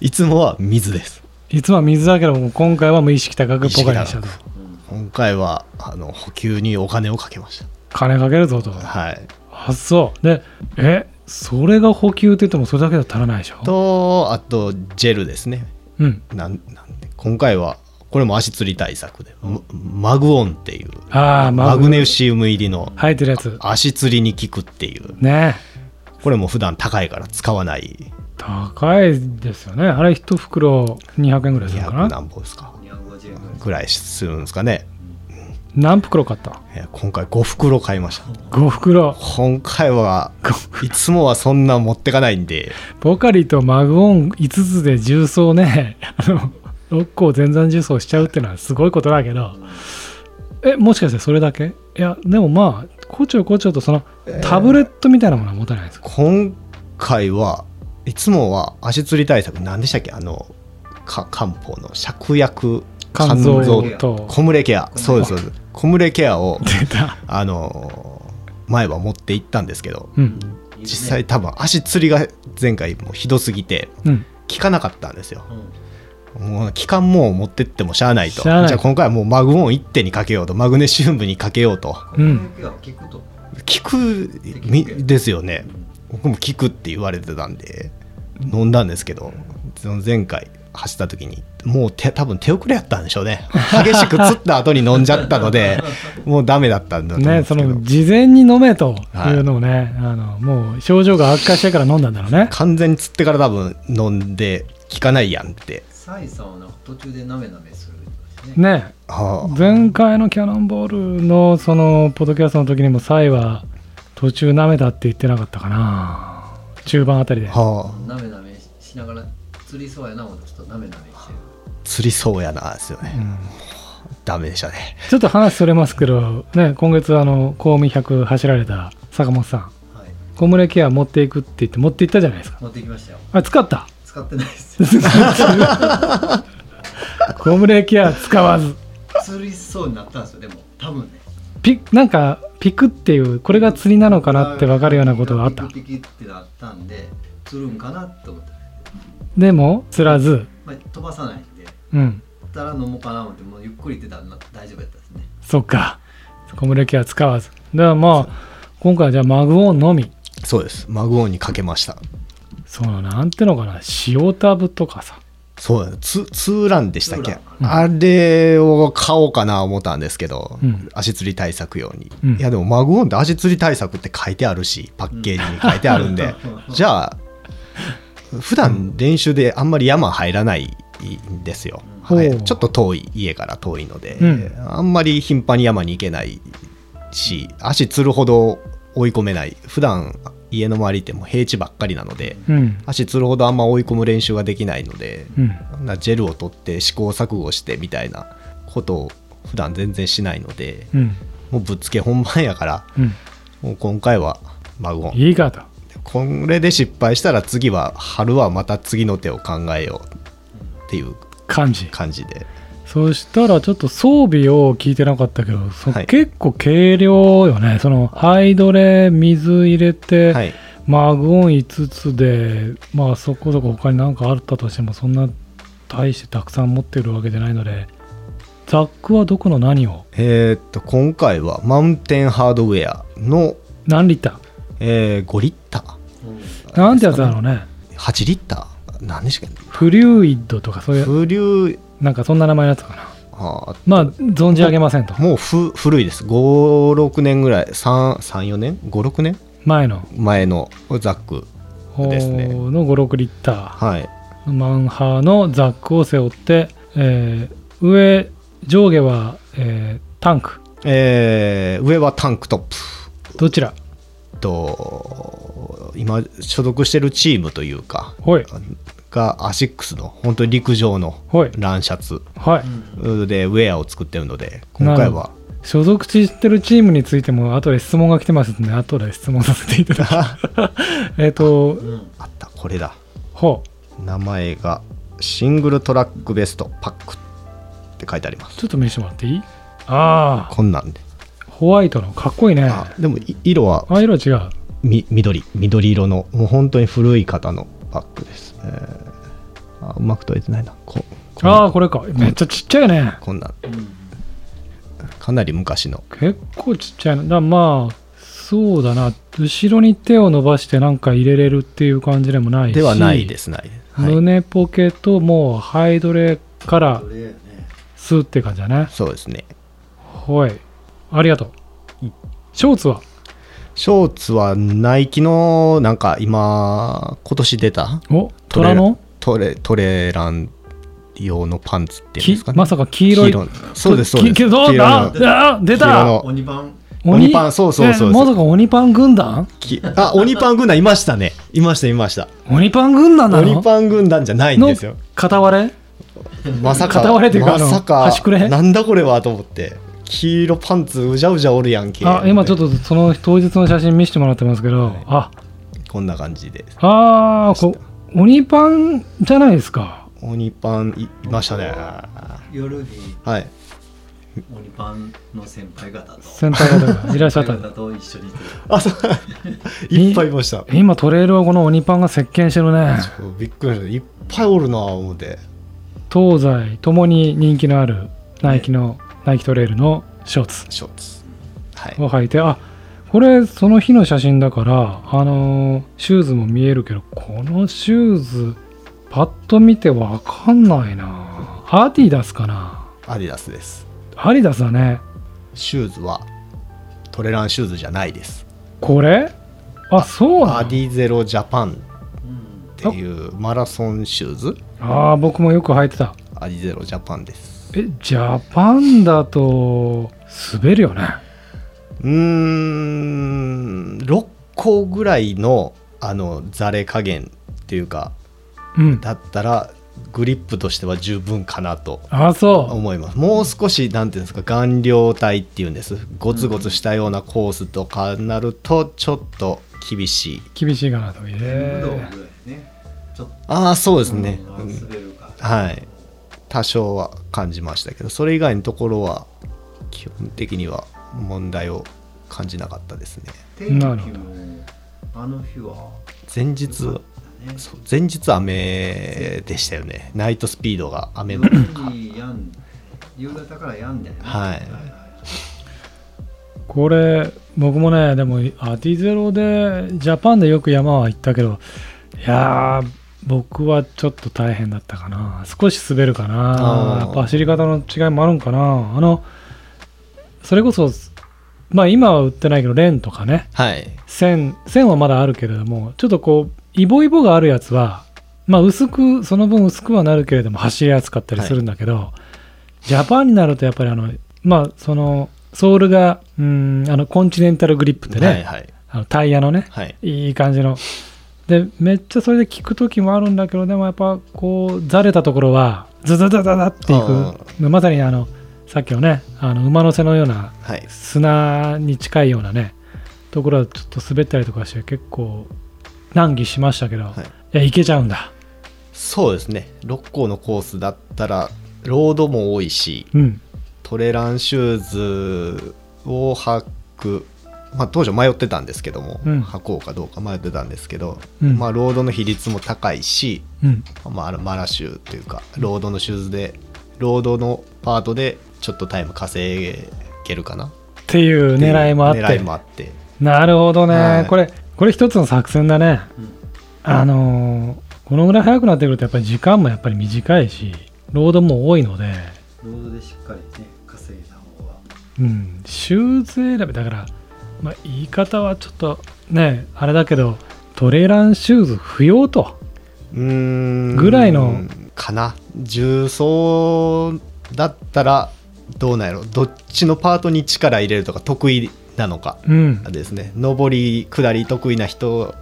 S3: いつもは水です
S1: いつもは水だけども今回は無意識高くポカリにしたと
S3: 意識
S2: うん
S3: 今回はあの補給にお金をかけまし
S1: 金かけるぞと
S3: たはい
S1: あそうでえそれが補給って言ってもそれだけじゃ足らないでしょ
S3: とあとジェルですね
S1: うん
S3: なんなんで今回はこれも足つり対策で、ママグオンっていう
S1: ああ
S3: マグネシウム入りの
S1: 入ってるやつ
S3: 足つりに効くっていう
S1: ね
S3: これも普段高いから使わない
S1: 高いですよねあれ一袋200円ぐらいするのか
S3: 200
S1: な
S3: 何本ですか
S2: 250円ぐらい
S3: ぐらいするんですかね
S1: 何袋買った
S3: いや今回5袋買いました
S1: 5袋
S3: 今回は
S1: ご
S3: いつもはそんな持ってかないんで
S1: ポカリとマグオン5つで重曹ね あの6個全山重曹しちゃうってのはすごいことだけどえもしかしてそれだけいやでもまあこちょこちょとそのタブレットみたいなものは持たないですか、
S3: 今回はいつもは足つり対策何でしたっけあのか漢方の芍薬
S1: 肝臓と
S3: コムレケアそうですそうですコムレケアを
S1: 出 た
S3: あのー前は持って行ったんですけど
S1: うん
S2: いいね
S3: 実際多分足つりが前回もうひどすぎて
S1: うん
S3: 効かなかったんですよ
S2: うん
S3: もう期間もう持ってってもしゃあないと
S1: しゃあない
S3: じゃあ今回はもうマグオン1手にかけようとマグネシウムにかけようと
S1: うん
S2: この役は聞くと
S3: 効くみですよね僕も効くって言われてたんで飲んだんですけどその前回走った時にもう手多分手遅れやったんでしょうね激しくつった後に飲んじゃった のでもうダメだったんだと思うん
S1: ね、
S3: で
S1: そ
S3: すけど、
S1: の事前に飲めというのをね、あのもう症状が悪化してから飲んだんだろうね。
S3: 完全につってから多分飲んで効かないやんって、
S2: サイさんはなんか途中でなめなめする言うてましたね
S1: ね
S3: はあ
S1: 前回のキャノンボールのそのポッドキャストの時にもサイは途中舐めたって言ってなかったかな中盤あたりで。
S3: はあ
S2: なめなめしながら釣りそうやな思ってちょっとなめなめしてる
S3: 釣りそうやなですよ
S1: う
S3: ね
S1: ん
S3: ダメでしたね
S1: ちょっと話それますけど、ね、今月あの公務100走られた坂本さん
S2: はい
S1: 小村ケア持っていくって言って持って行ったじゃないですか
S2: 持ってきましたよ
S1: あ使った
S2: 使ってないですよ
S1: 小村ケア使わず
S2: 釣りそうになったんですよでも多分ね
S1: ピなんかピクっていうこれが釣りなのかなって分かるようなことがあった
S2: ピキピキってなったんで釣るんかなと思った、
S1: でも釣らず
S2: まあ、飛ばさないんで
S1: うん
S2: たら飲もうかな思ってもうゆっくり出たらな大丈夫やったですね
S1: そっか小村ケア使わずだからまあ今回はじゃあマグオンのみ
S3: そうですマグオンにかけました
S1: そのなんてのかな塩タブとかさ
S3: そうだツツーランでしたっけ
S2: ツ、
S1: ー
S3: あれを買おうかな思ったんですけど、
S1: うん
S3: 足つり対策用に、
S1: うん
S3: いやでもマグオンって足つり対策って書いてあるしパッケージに書いてある んで、
S2: うん
S3: じゃあ普段練習であんまり山入らないんですよ、
S1: うん
S3: は
S1: ほ、
S3: いうちょっと遠い家から遠いので、
S1: うん
S3: あんまり頻繁に山に行けないし足つるほど追い込めない普段家の周りってもう平地ばっかりなので
S1: うん
S3: 足つるほどあんま追い込む練習ができないので、
S1: うん
S3: なジェルを取って試行錯誤してみたいなことを普段全然しないので
S1: うん
S3: もうぶっつけ本番やから
S1: うん
S3: もう今回はマグオン
S1: いいかと
S3: これで失敗したら次は春はまた次の手を考えようっていう
S1: 感じ
S3: 感じで
S1: そしたらちょっと装備を聞いてなかったけど、そ
S3: はい
S1: 結構軽量よねそのハイドレ水入れて、
S3: はい
S1: マグオン5つでまあそこそこ他に何かあったとしてもそんな大してたくさん持ってるわけじゃないのでザックはどこの何を
S3: えーっと今回はマウンテンハードウェアの、
S1: 何リッタ
S3: えー5リッタ
S1: ーなんてやつだろうね
S3: ー8リッター何でしたっ
S1: フリュイッドとかそう
S3: け
S1: いう
S3: 風流
S1: なんかそんな名前のやつかな
S3: あー
S1: まあ存じ上げませんと
S3: もうふ古いです56年ぐらい334年56年
S1: 前の
S3: 前のザック
S1: お
S3: ですね
S1: ーの56リッタ
S3: はい
S1: ーマンハーのザックを背負って、えー上上下は、えータンク
S3: えー上はタンクトップ
S1: どちら
S3: えっと今所属してるチームというか
S1: ほい
S3: がアシックスの本当に陸上の
S1: ほい
S3: ランシャツ
S1: はい
S3: でウェアを作ってるので今回は
S1: 所属してるチームについても後で質問が来てますので後で質問させていただき えっと
S2: うん
S3: あったこれだ
S1: ほう
S3: 名前がシングルトラックベストパックって書いてあります
S1: ちょっと見せてもらっていいああ
S3: こんなんで
S1: ホワイトのかっこいいね
S3: あでもい色は
S1: あ色は違う
S3: み緑緑色のもう本当に古い方のパックです、えーあうまく撮れてないなここんな
S1: ああこれかめっちゃちっちゃいね
S3: こんなん
S2: うん
S3: かなり昔の
S1: 結構ちっちゃいなだからまあそうだな後ろに手を伸ばしてなんか入れれるっていう感じでもないし
S3: ではないですないです、はい
S1: 胸ポケともうハイドレから
S2: それやね
S1: スーって感じだね
S3: そうですね
S1: ほいありがとうショーツは
S3: ショーツはナイキのなんか今今年出た
S1: お虎の
S3: トレトレラン用のパンツっていうんで
S1: き
S3: すかね
S1: まさか黄色い
S3: そうですそう
S1: き
S3: です
S1: きどう
S3: 黄色
S1: だ
S3: の
S1: ああ出
S3: 黄色
S1: た
S3: の
S2: 鬼番
S3: 鬼パンそうそうそう
S1: えまさか鬼パン軍団
S3: きあ鬼パン軍団いましたねいましたいました
S1: 鬼パン軍団なの
S3: 鬼パン軍団じゃないんですよ
S1: の片割れ
S3: まさか
S1: 片割れというかあ
S3: ま
S1: の
S3: さか
S1: 端くれ
S3: なんだこれはと思って黄色パンツうじゃうじゃおるやんけ
S1: あ今ちょっ
S3: と
S1: とその当日の写真見せてもらってますけど、あ
S3: こんな感じで
S1: ああこ鬼パンじゃないですか
S3: 鬼パンいいましたね
S2: 夜に
S3: はい
S2: 鬼パンの先輩方と
S1: 先輩方がいらっしゃっ
S2: 先
S1: た
S2: 輩方と一緒にいて
S3: あそう いっぱいいました
S1: 今トレイルをこの鬼パンが席巻してるね
S3: びっくりしましたいっぱいおるなぁ思って
S1: 東西ともに人気のあるナイキの、ナイキトレイルのショーツ
S3: ショーツはい
S1: を履いてあこれその日の写真だからあのーシューズも見えるけどこのシューズパッと見てわかんないなアディダスかな
S3: アディダスです
S1: アディダスだね
S3: シューズはトレランシューズじゃないです
S1: これあそうな
S3: ア
S1: の
S3: ディゼロジャパン
S2: うん
S3: っていうマラソンシューズ
S1: ああ僕もよく履いてた
S3: アディゼロジャパンです
S1: えジャパンだと滑るよね
S3: うーん6個ぐらいのあのザレ加減っていうか
S1: うん
S3: だったらグリップとしては十分かなと
S1: あそ
S3: 思いますもう少しなんていうんですか顔料体っていうんですゴツゴツしたようなコースとかになるとちょっと厳しいう
S1: 厳しいかなと
S2: 武道具ぐら
S1: え
S2: いねちょっと
S3: ああそうですね、
S2: うん
S3: うん
S2: 滑るか
S3: はい多少は感じましたけどそれ以外のところは基本的には問題を感じなかったですね
S2: 天気
S1: な
S2: も
S1: るほど
S2: あの日は
S3: 前日は
S2: ね
S3: そう前日雨でしたよねナイトスピードが雨の
S2: 夜に病ん夕方から病んでね
S3: はい
S1: これ僕もねでもアディゼロでジャパンでよく山は行ったけどいやー僕はちょっと大変だったかな少し滑るかな
S3: あ
S1: や
S3: ー
S1: っぱ走り方の違いもあるんかなあのそれこそまあ今は売ってないけどレンとかね
S3: はい
S1: 線線はまだあるけれどもちょっとこうイボイボがあるやつはまあ薄くその分薄くはなるけれども走りやすかったりするんだけど、ジャパンになるとやっぱりあのまあそのソールがうんあのコンチネンタルグリップでね、
S3: はいはい
S1: あのタイヤのね
S3: はい
S1: いい感じのでめっちゃそれで効く時もあるんだけどでもやっぱこうざれたところはズズズズズっていくまさにあのさっきのねあの馬の背のような
S3: はい
S1: 砂に近いようなねところはちょっと滑ったりとかして結構難儀しましたけど、
S3: はい
S1: い、やいけちゃうんだ
S3: そうですね6校のコースだったらロードも多いし
S1: うん
S3: トレランシューズを履く、まあ、当時は迷ってたんですけども、
S1: うん
S3: 履こうかどうか迷ってたんですけど、
S1: うん
S3: まあ、ロードの比率も高いし、
S1: うん
S3: まあ、あのマラシューというかロードのシューズでロードのパートでちょっとタイム稼げるかな
S1: っていう狙いもあって
S3: 狙いもあって
S1: なるほどね、
S3: はい
S1: これこれ一つの作戦だね
S2: うん
S1: あのーこのぐらい早くなってくるとやっぱり時間もやっぱり短いしロードも多いので、
S2: ロードでしっかりね稼いだ方が
S1: うん、シューズ選びだから、まあ、言い方はちょっとねあれだけどトレランシューズ不要と
S3: うーん
S1: ぐらいの
S3: かな重曹だったらどうなんやろどっちのパートに力入れるとか得意なのか
S1: うん
S3: ですね上り下り得意な人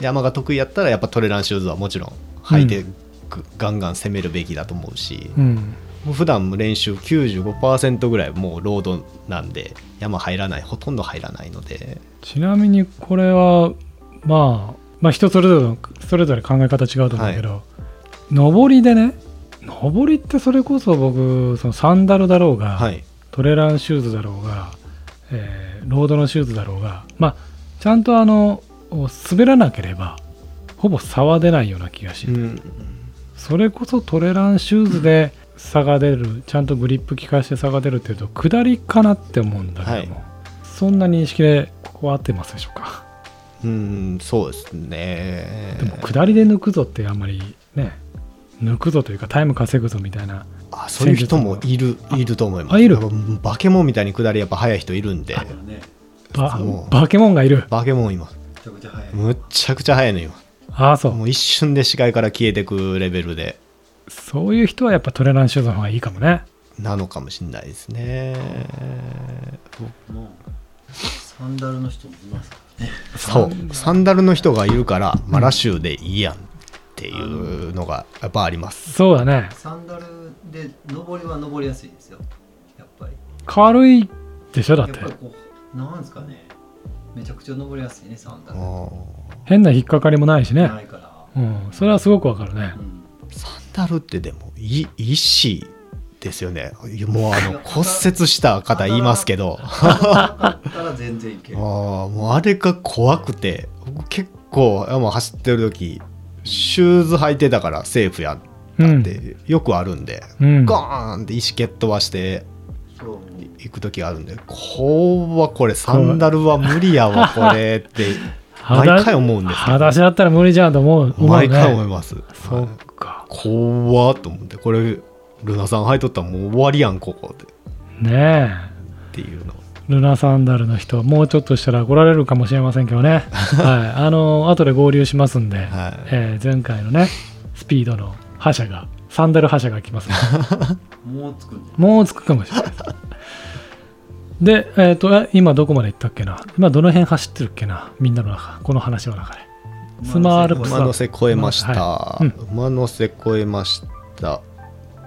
S3: 山が得意やったらやっぱトレランシューズはもちろん履いて、ぐガンガン攻めるべきだと思うし、
S1: うん
S3: もう普段も練習95%ぐらいもうロードなんで山入らないほとんど入らないので
S1: ちなみにこれはまあまあ人それぞれのそれぞれ考え方違うと思うけど、上りでね上りってそれこそ僕そのサンダルだろうが、
S3: はい
S1: トレランシューズだろうが、えーロードのシューズだろうが、まあ、ちゃんとあの滑らなければほぼ差は出ないような気がして、
S3: うん
S1: それこそトレランシューズで差が出るちゃんとグリップ効かして差が出るっていうと下りかなって思うんだけども、そんな認識でここは合ってますでしょうか、
S3: うんそうですね
S1: でも下りで抜くぞってあんまりね抜くぞというかタイム稼ぐぞみたいな
S3: あそういう人もいるいると思います
S1: あいる
S3: やっぱ化け物みたいに下りやっぱ速い人いるんで
S2: だよね
S1: バ
S3: そう
S1: バケモンがいる
S3: 化け物今
S2: めちゃくちゃ早い
S3: むっちゃくちゃ速いの今
S1: ああそう
S3: もう一瞬で視界から消えてくレベルで
S1: そういう人はやっぱトレランシューズの方がいいかもね
S3: なのかもしれないですね。
S2: もうサンダルの人もいますからね
S3: そう、サンダルの人がいるから、マラシューでいいやんっていうのがやっぱあります。
S1: そうだね
S2: サンダルで登りは登りやすいですよやっぱり
S1: 軽いでしょだ
S2: や
S1: っ
S2: ってぱりこうなんですかねめちゃくちゃ登りやすいねサンダ
S3: あ
S2: ル
S3: ー
S1: 変な引っかかりもないしね、
S2: ないから、
S1: うん、それはすごくわかるね
S2: うん、
S3: サンダルってでもいいいいしですよね。もうあの骨折した方言いますけど、あ
S2: なかったら全然いけ
S3: ー
S2: る
S3: もうあれが怖くて、僕結構もう走ってる時シューズ履いてたからセーフやん
S1: うん
S3: ってよくあるんで、
S1: うん
S3: ゴーンって石蹴っ飛ばして
S2: そう
S3: 行く時があるんでこわこれサンダルは無理やわこれって
S1: 裸
S3: 毎回思うんです
S1: 裸足だったら無理じゃんと 思う
S3: けど毎回
S1: 思
S3: 思
S1: う
S3: い
S1: ね
S3: ます
S1: そ
S3: は
S1: う
S3: い
S1: か
S3: 怖っと思ってこれルナさん履いとったらもう終わりやんここで
S1: ね
S3: っていうの
S1: えルナサンダルの人もうちょっとしたら怒られるかもしれませんけど ね、はい、あの後で合流しますんで、
S3: はい
S1: えー前回のねスピードの覇者がサンダル覇者が来ますので
S2: もうつくんじゃ
S1: もうつくかもしれないです。で、えっ、と、え今どこまで行ったっけな今どの辺走ってるっけなみんなの中、この話の中で。
S2: ない
S1: スマールプ
S3: 馬の背越えました、
S1: はいうん
S3: 馬の背越えました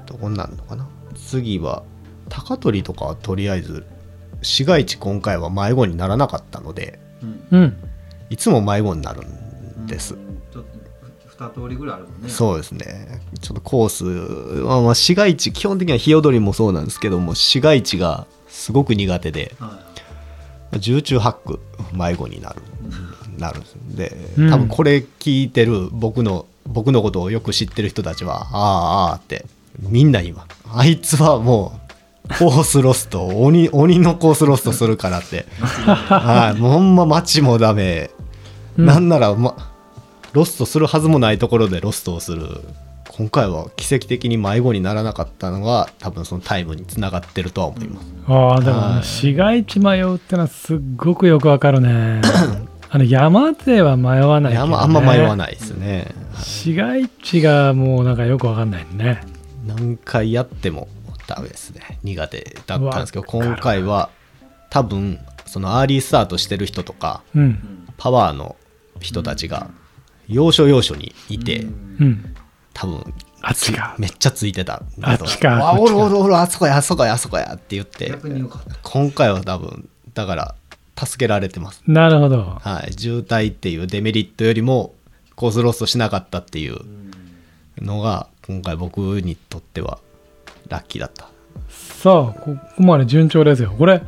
S3: どこになるのかな次は高取とかはとりあえず市街地今回は迷子にならなかったので
S2: うん
S1: うん。
S3: いつも迷子になるんです、
S2: うんちょっとふ二通りぐらいあるもんねう
S3: そうですねちょっとコースは、まあ、市街地基本的には日踊りもそうなんですけども市街地がすごく苦手で
S2: は
S3: 重中八九迷子になる
S2: い、うん
S3: なるんで
S1: うん
S3: 多分これ聞いてる僕の僕のことをよく知ってる人たちはああああってみんな今あいつはもうコースロスト 鬼鬼のコースロストするからってはいもうほんま街もダメ
S1: うん
S3: なんなら、ま、ロストするはずもないところでロストをする今回は奇跡的に迷子にならなかったのが多分そのタイムにつながってるとは思います、
S1: ああ、でも、
S3: はい
S1: 市街地迷うってのはすっごくよくわかる ね。あの、山では迷わないけど、ね。
S3: 山あんま迷わ
S1: い。
S3: ないですね、
S1: 市街地がもうなんかよくわかんないね。
S3: 何回やってもダメですね苦手だったんですけど今回は多分そのアーリースタートしてる人とか
S1: う。
S2: うんん
S3: パワーの人たちが要所要所にいて、
S2: うん
S1: うん。
S3: 多分
S1: あっちが。
S3: めっちゃついてた
S1: あっちか
S3: あおるおるおるあそこやあそこやあそこやって言って
S2: 逆に良かった
S3: 今回は多分だから助けられてます、
S1: なるほど。
S3: はい、渋滞っていうデメリットよりもコースロストしなかったっていう
S2: うん
S3: のが今回僕にとってはラッキーだった
S1: さあここまで順調ですよこれ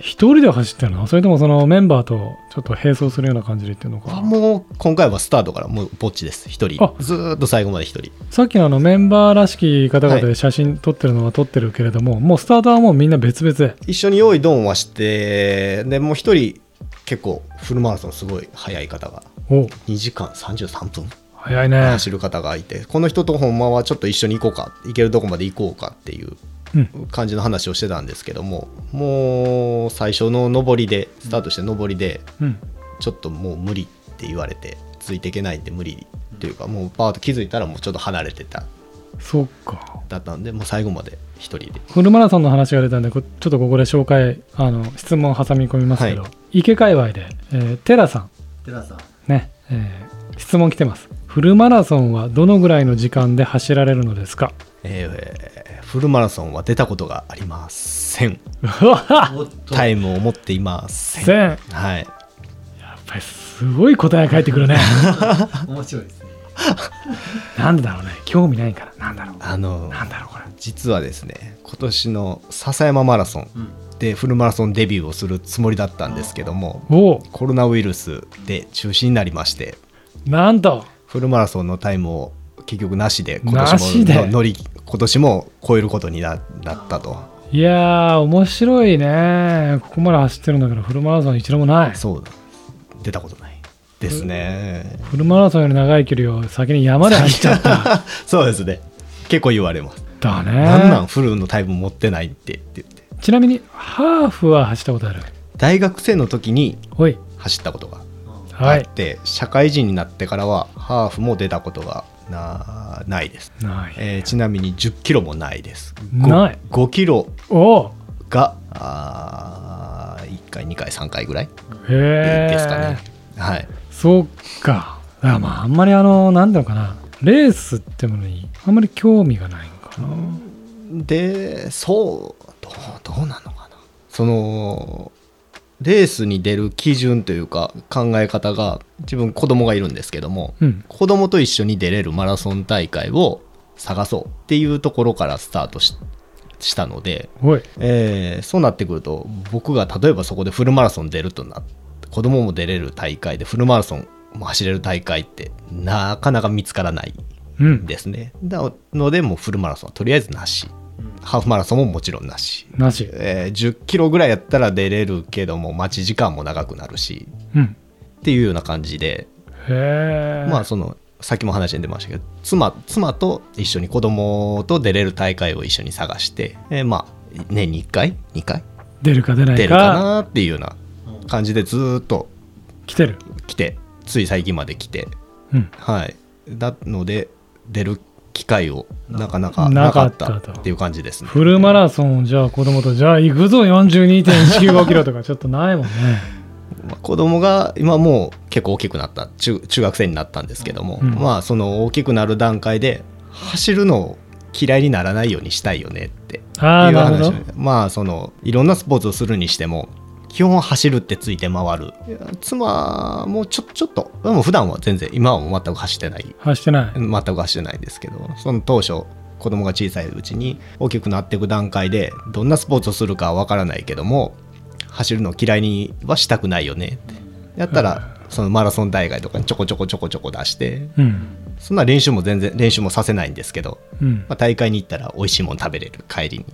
S1: 一人で走ってるのそれともそのメンバーとちょっと並走するような感じで行ってるの
S3: これは
S1: か
S3: もう今回はスタートからもうぼっちです一人
S1: あ
S3: ずーっと最後まで一人
S1: さっきのあのメンバーらしき方々
S3: は
S1: で写真撮ってるのは撮ってるけれども、もうスタートはもうみんな別々で
S3: 一緒に用意ドンはしてでもう一人結構フルマラソンすごい早い方が
S1: お
S3: 2時間33分
S1: 早いね
S3: 走る方がいて、この人とほんまはちょっと一緒に行こうか行けるとこまで行こうかっていう
S1: うん
S3: 感じの話をしてたんですけどももう最初の上りでスタートして上りで
S1: うん
S3: ちょっともう無理って言われてついていけないんで無理っていうかもうパーッと気づいたらもうちょっと離れてた
S1: そっか
S3: だったんでもう最後まで一人で
S1: フルマラソンの話が出たんでこちょっとここで紹介あの質問挟み込みますけど、
S3: は
S1: 池界隈で、えーテラさん
S2: 寺さん
S1: ね、えー質問来てますフルマラソンはどのぐらいの時間で走られるのですか
S3: えーフルマラソンは出たことがありません
S1: うわ
S2: おっと
S3: タイムを持っていません
S1: せんやっ
S3: はい
S1: ぱりすごい答えが返ってくる ね
S2: 面白いですね
S1: なんでだろうね興味ないからなんだろう
S3: あの
S1: なんだろうこれ
S3: 実はですね今年の笹山マラソン
S2: うん
S3: でフルマラソンデビューをするつもりだったんですけども
S1: おお
S3: コロナウイルスで中止になりまして
S1: なんと
S3: フルマラソンのタイムを結局なしで今
S1: なし
S3: 年
S1: で
S3: もの乗り今年も超えることにななったと
S1: いやー面白いねここまで走ってるんだからフルマラソン一度もない
S3: そう出たことないですね
S1: フルマラソンより長い距離を先に山で走っちゃった
S3: そうですね結構言われます
S1: だね
S3: なんなんフルのタイム持ってないってって言って
S1: ちなみにハーフは走ったことある
S3: 大学生の時に
S1: おい
S3: 走ったことが
S2: あ
S1: は
S3: あっ
S1: い
S3: て、社会人になってからはハーフも出たことがなないです、
S1: ない、
S3: えーちなみに1 0キロもないですご
S1: ない
S3: 5キロ
S1: おお
S3: があ1回2回3回ぐらい
S1: へえ
S3: ですかね、はい
S1: そっかだからまああんまりあのなんだろうかなレースってものにあんまり興味がないんかな
S3: でそうどうどうなのかなそのレースに出る基準というか考え方が自分子供がいるんですけども
S1: うん
S3: 子供と一緒に出れるマラソン大会を探そうっていうところからスタートししたので、
S1: おい
S3: えーそうなってくると僕が例えばそこでフルマラソン出るとな子供も出れる大会でフルマラソンも走れる大会ってなかなか見つからない
S1: うん
S3: ですねなのでもうフルマラソンはとりあえずなしハーフマラソンももちろんなし、
S1: なし
S3: え1 0キロぐらいやったら出れるけども待ち時間も長くなるし
S1: うん
S3: っていうような感じで
S1: へえ
S3: まあそのさっきも話に出ましたけど妻妻と一緒に子供と出れる大会を一緒に探して、えーまあ年に1回2回
S1: 出るか出ない
S3: 出
S1: か
S3: るかなっていうような
S2: うん
S3: 感じでずーっと
S1: 来てる
S3: 来てつい最近まで来て
S1: うん
S3: はいなので出る機会をなかなか
S1: なか
S3: なか
S1: っ
S3: った
S1: と
S3: たっていう感じですね
S1: フルマラソンをじゃあ子供とじゃあ行くぞ42.195キロとかちょっとないもんね
S3: まあ子供が今もう結構大きくなった中中学生になったんですけども、
S1: うん
S3: まあその大きくなる段階で走るのを嫌いにならないようにしたいよねって
S1: ああ
S3: いう
S1: なるほ
S3: 話
S1: ど
S3: まあそのいろんなスポーツをするにしても基本走るってついて回るいや妻もちょちょっとでも普段は全然今はもう全く走ってない
S1: 走ってない
S3: 全く走ってないですけどその当初子供が小さいうちに大きくなっていく段階でどんなスポーツをするかはわからないけども走るの嫌いにはしたくないよねってやったらそのマラソン大会とかにちょこちょこちょこちょこ出して
S1: うん
S3: そんな練習も全然練習もさせないんですけど
S1: うん
S3: まあ、大会に行ったら美味しいもん食べれる帰りに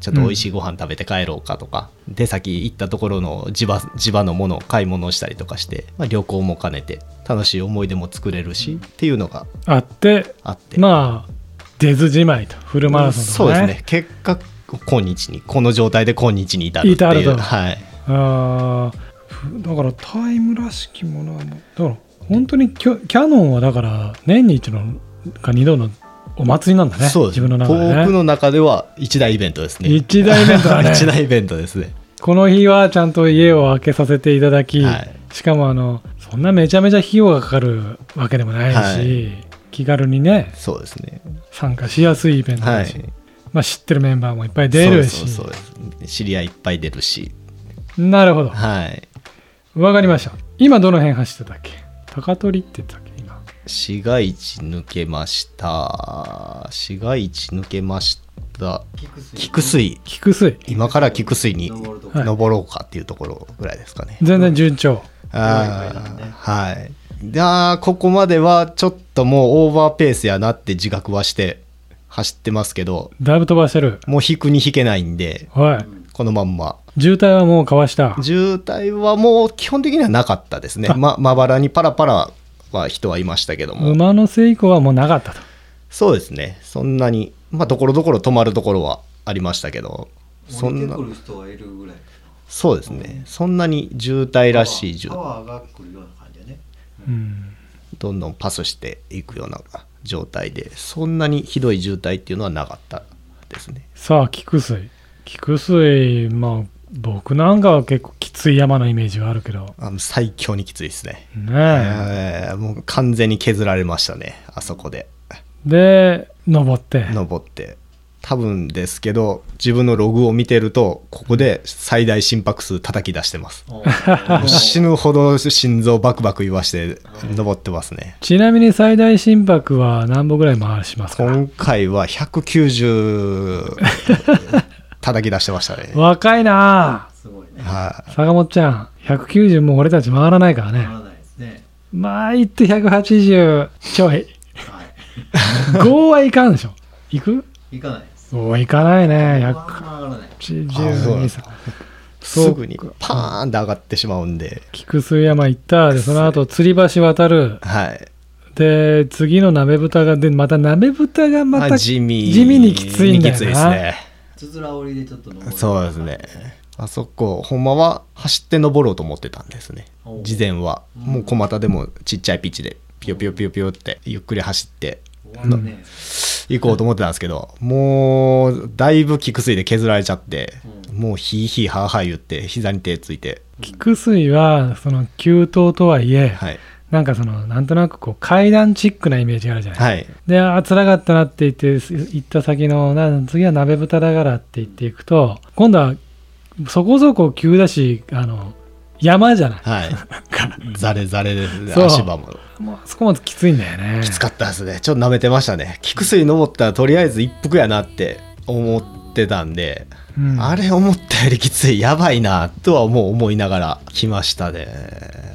S3: ちょっと美味しいご飯食べて帰ろうかとか、で先行ったところの地場地場のものを買い物をしたりとかして、まあ、旅行も兼ねて楽しい思い出も作れるし、っていうのが
S1: あって
S3: あって、
S1: まあ出ずじまいとフルマラソンと
S3: そう
S1: か
S3: ですね結果今日にこの状態で今日に至るって
S1: 至る
S3: い
S1: と
S3: う、はい、
S1: あーふだからタイムらしきものはもうだから本当にキャキャノンはだから年に一度のか二度のお祭りなんだね
S3: そうで
S1: 自
S3: す
S1: 分の中で
S3: 僕
S1: ね
S3: の中では一大イベントですね
S1: 一大イベントだね
S3: 一大イベントですね
S1: この日はちゃんと家を開けさせていただき、
S3: はい
S1: しかもあのそんなめちゃめちゃ費用がかかるわけでもないし、
S3: は
S1: 気軽にね
S3: そうですね
S1: 参加しやすいイベント
S3: は
S1: だし、
S3: い
S1: まあ、知ってるメンバーもいっぱい出るし
S3: そうそうそうです知り合いいっぱい出るし
S1: なるほど
S3: はい
S1: わかりました今どの辺走ってたっけ高取って言ってたっけ今
S3: 市街地抜けました市街地抜けました
S2: 菊水
S3: 菊水
S1: 菊水
S3: 今から菊水に
S2: 登るとこ
S1: はい
S3: 登ろうかっていうところぐらいですかね、
S1: 全然順調
S3: あ
S2: はい
S3: ーはいであーここまではちょっともうオーバーペースやなって自覚はして走ってますけど
S1: だいぶ飛ばしてる
S3: もう引くに引けないんで
S1: はい
S3: このまんま
S1: 渋滞はもうかわした
S3: 渋滞はもう基本的にはなかったですね
S1: あ
S3: ままばらにパラパラは人はいましたけども
S1: 馬のせい以降はもうなかったと
S3: そうですねそんなにまあところどころ止まるところはありましたけどそ
S2: 降
S3: ん
S2: りて
S3: な
S2: くる人がいるぐらいか
S3: そうですねそんなに渋滞
S2: な
S3: らしい渋
S2: パ
S3: 滞
S2: ワーパワーが来るような感じだね
S1: うん
S3: どんどんパスしていくような状態でそんなにひどい渋滞っていうのはなかったですね
S1: さあ菊水菊水まあ僕なんかは結構きつい山のイメージはあるけど
S3: あの最強にきついですね、
S1: ね
S3: えーもう完全に削られましたねあそこで
S1: えで登って
S3: 登って多分ですけど自分のログを見てるとここで最大心拍数叩き出してますもう死ぬほど心臓バクバク言わして登ってますね
S1: ちなみに最大心拍は何歩ぐらい回しますか
S3: 今回は190叩き出してまし たね
S1: 若いな
S2: すごいね
S3: は
S1: あ坂本ちゃん190もう俺たち回らないから
S2: な
S1: ね
S2: らないですね
S1: まあ行って180ち ょい
S2: は
S1: 5はいかんでしょ行く
S2: い行かないです
S1: おいかないね
S2: あんま上がらない
S3: あそう
S1: 182
S3: なんだ
S1: さ
S3: いすぐにパーンって上がってしまうんで
S1: 菊水山行ったでその後吊り橋渡る
S3: はい
S1: で次の鍋豚がでまた鍋豚がまた
S3: あ地味
S1: 地味にきついんだよな
S3: きついですね
S2: つづら折りでちょっと登る
S3: そうですねあそこほんまは走って登ろうと思ってたんですね
S2: おう
S3: 事前は
S2: うん
S3: もう小股でもちっちゃいピッチでピヨピヨピヨピヨってゆっくり走って
S2: 終わるね
S3: 行こうと思ってたんですけどもうだいぶ菊水で削られちゃって
S2: うん
S3: もうヒーヒーハーハー言って膝に手ついて
S1: 菊水はその急登とはいえ、
S3: はい
S1: なんかそのなんとなくこう階段チックなイメージがあるじゃない、
S3: はい
S1: であー辛かったなって言ってす行った先のな次は鍋豚だからって言っていくと今度はそこそこ急だしあの山じゃない
S3: はいザレザレですね
S1: そう
S3: 足場も
S1: もうあそこもきついんだよね
S3: きつかったですねちょっと舐めてましたね菊水登ったらとりあえず一服やなって思ってたんで
S1: うん
S3: あれ思ったよりきついやばいなとはもう思いながら来ましたね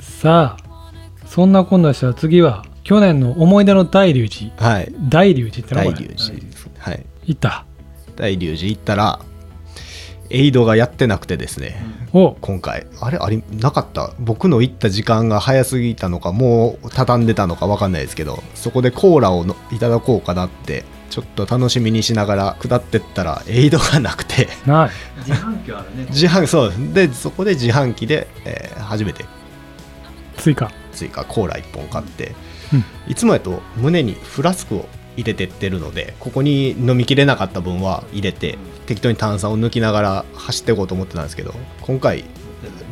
S1: さあそんなこんなしたら次は去年の思い出の大龍寺
S3: はい
S1: 大龍寺っての
S3: 大
S1: こ
S3: 龍
S1: れ
S3: 寺はい
S1: 行った
S3: 大龍寺行ったらエイドがやってなくてですね
S1: お
S3: 今回あれありなかった僕の行った時間が早すぎたのかもう畳んでたのか分かんないですけどそこでコーラをのいただこうかなってちょっと楽しみにしながら下ってったらエイドがなくて
S1: ない
S2: 自販機はあるね
S3: 自販そうですでそこで自販機で、えー初めて
S1: 追加
S3: 追加コーラ1本買って、
S1: うん
S3: いつもやと胸にフラスクを入れてってるのでここに飲みきれなかった分は入れて適当に炭酸を抜きながら走っていこうと思ってたんですけど今回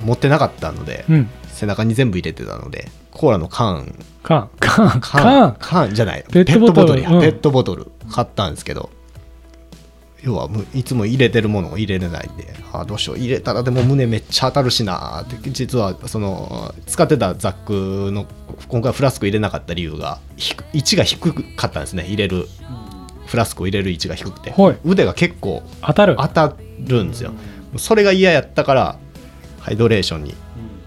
S3: 持ってなかったので
S1: うん
S3: 背中に全部入れてたのでコーラの缶
S1: カンカンカ
S3: 缶
S1: ン
S3: 缶じゃない
S1: ペットボトル
S3: ペットボトルや
S1: うん
S3: ペットボトル買ったんですけど要はむいつも入れてるものを入れれないんであーどうしよう入れたらでも胸めっちゃ当たるしなーって実はその使ってたザックの今回フラスク入れなかった理由がひく位置が低かったんですね入れるフラスクを入れる位置が低くて
S1: はい
S3: 腕が結構
S1: 当たる
S3: 当たるんですよそれが嫌やったからハイドレーションに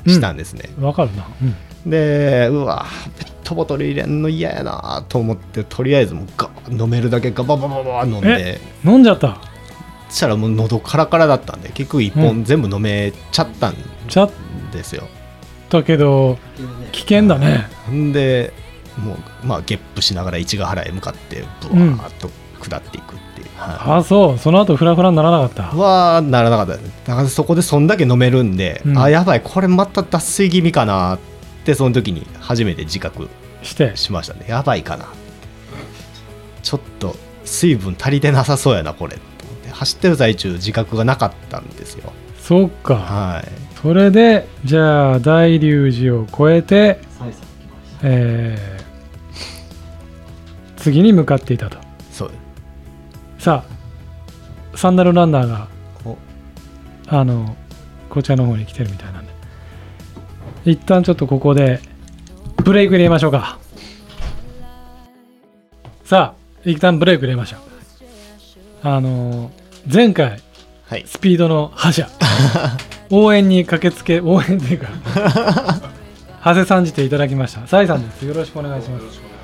S3: したんですね、
S1: わかるな、うん
S3: でうわペットボトル入れんの嫌やなと思ってとりあえずもうガ飲めるだけガバババババ飲んで
S1: 飲んじゃった
S3: そしたらもう喉カラカラだったんで結局1
S1: う
S3: 本全部飲めちゃったん
S1: ちゃっ
S3: ですよ、
S1: たけど危険だね
S3: ん、でもうまあゲップしながら市ヶ原へ向かってブワーっと下っていくっていう、は
S1: ああそうその後フラフラにならなか
S3: い
S1: っ
S3: はならなかったですだからそこでそんだけ飲めるんで、
S1: うん
S3: あやばいこれまた脱水気味かなってその時に初めて自覚
S1: たして
S3: しましたねやばいかなちょっと水分足りてなさそうやなこれと思って走ってる最中自覚がなかったんですよ
S1: そうか
S3: はい
S1: それでじゃあ大龍寺を越えて、
S2: サイさん来ました
S1: えー次に向かっていたと
S3: そう
S1: さあサンダルランナーが
S3: お
S1: あのこちらの方に来てるみたいなんで一旦ちょっとここでブレイク入れましょうかさあ一旦ブレイク入れましょうあのー前回
S3: はい
S1: スピードの覇者応援に駆けつけ応援というか長谷さんじていただきましたサイさんですよろしくお願いします
S4: ろしくお願いし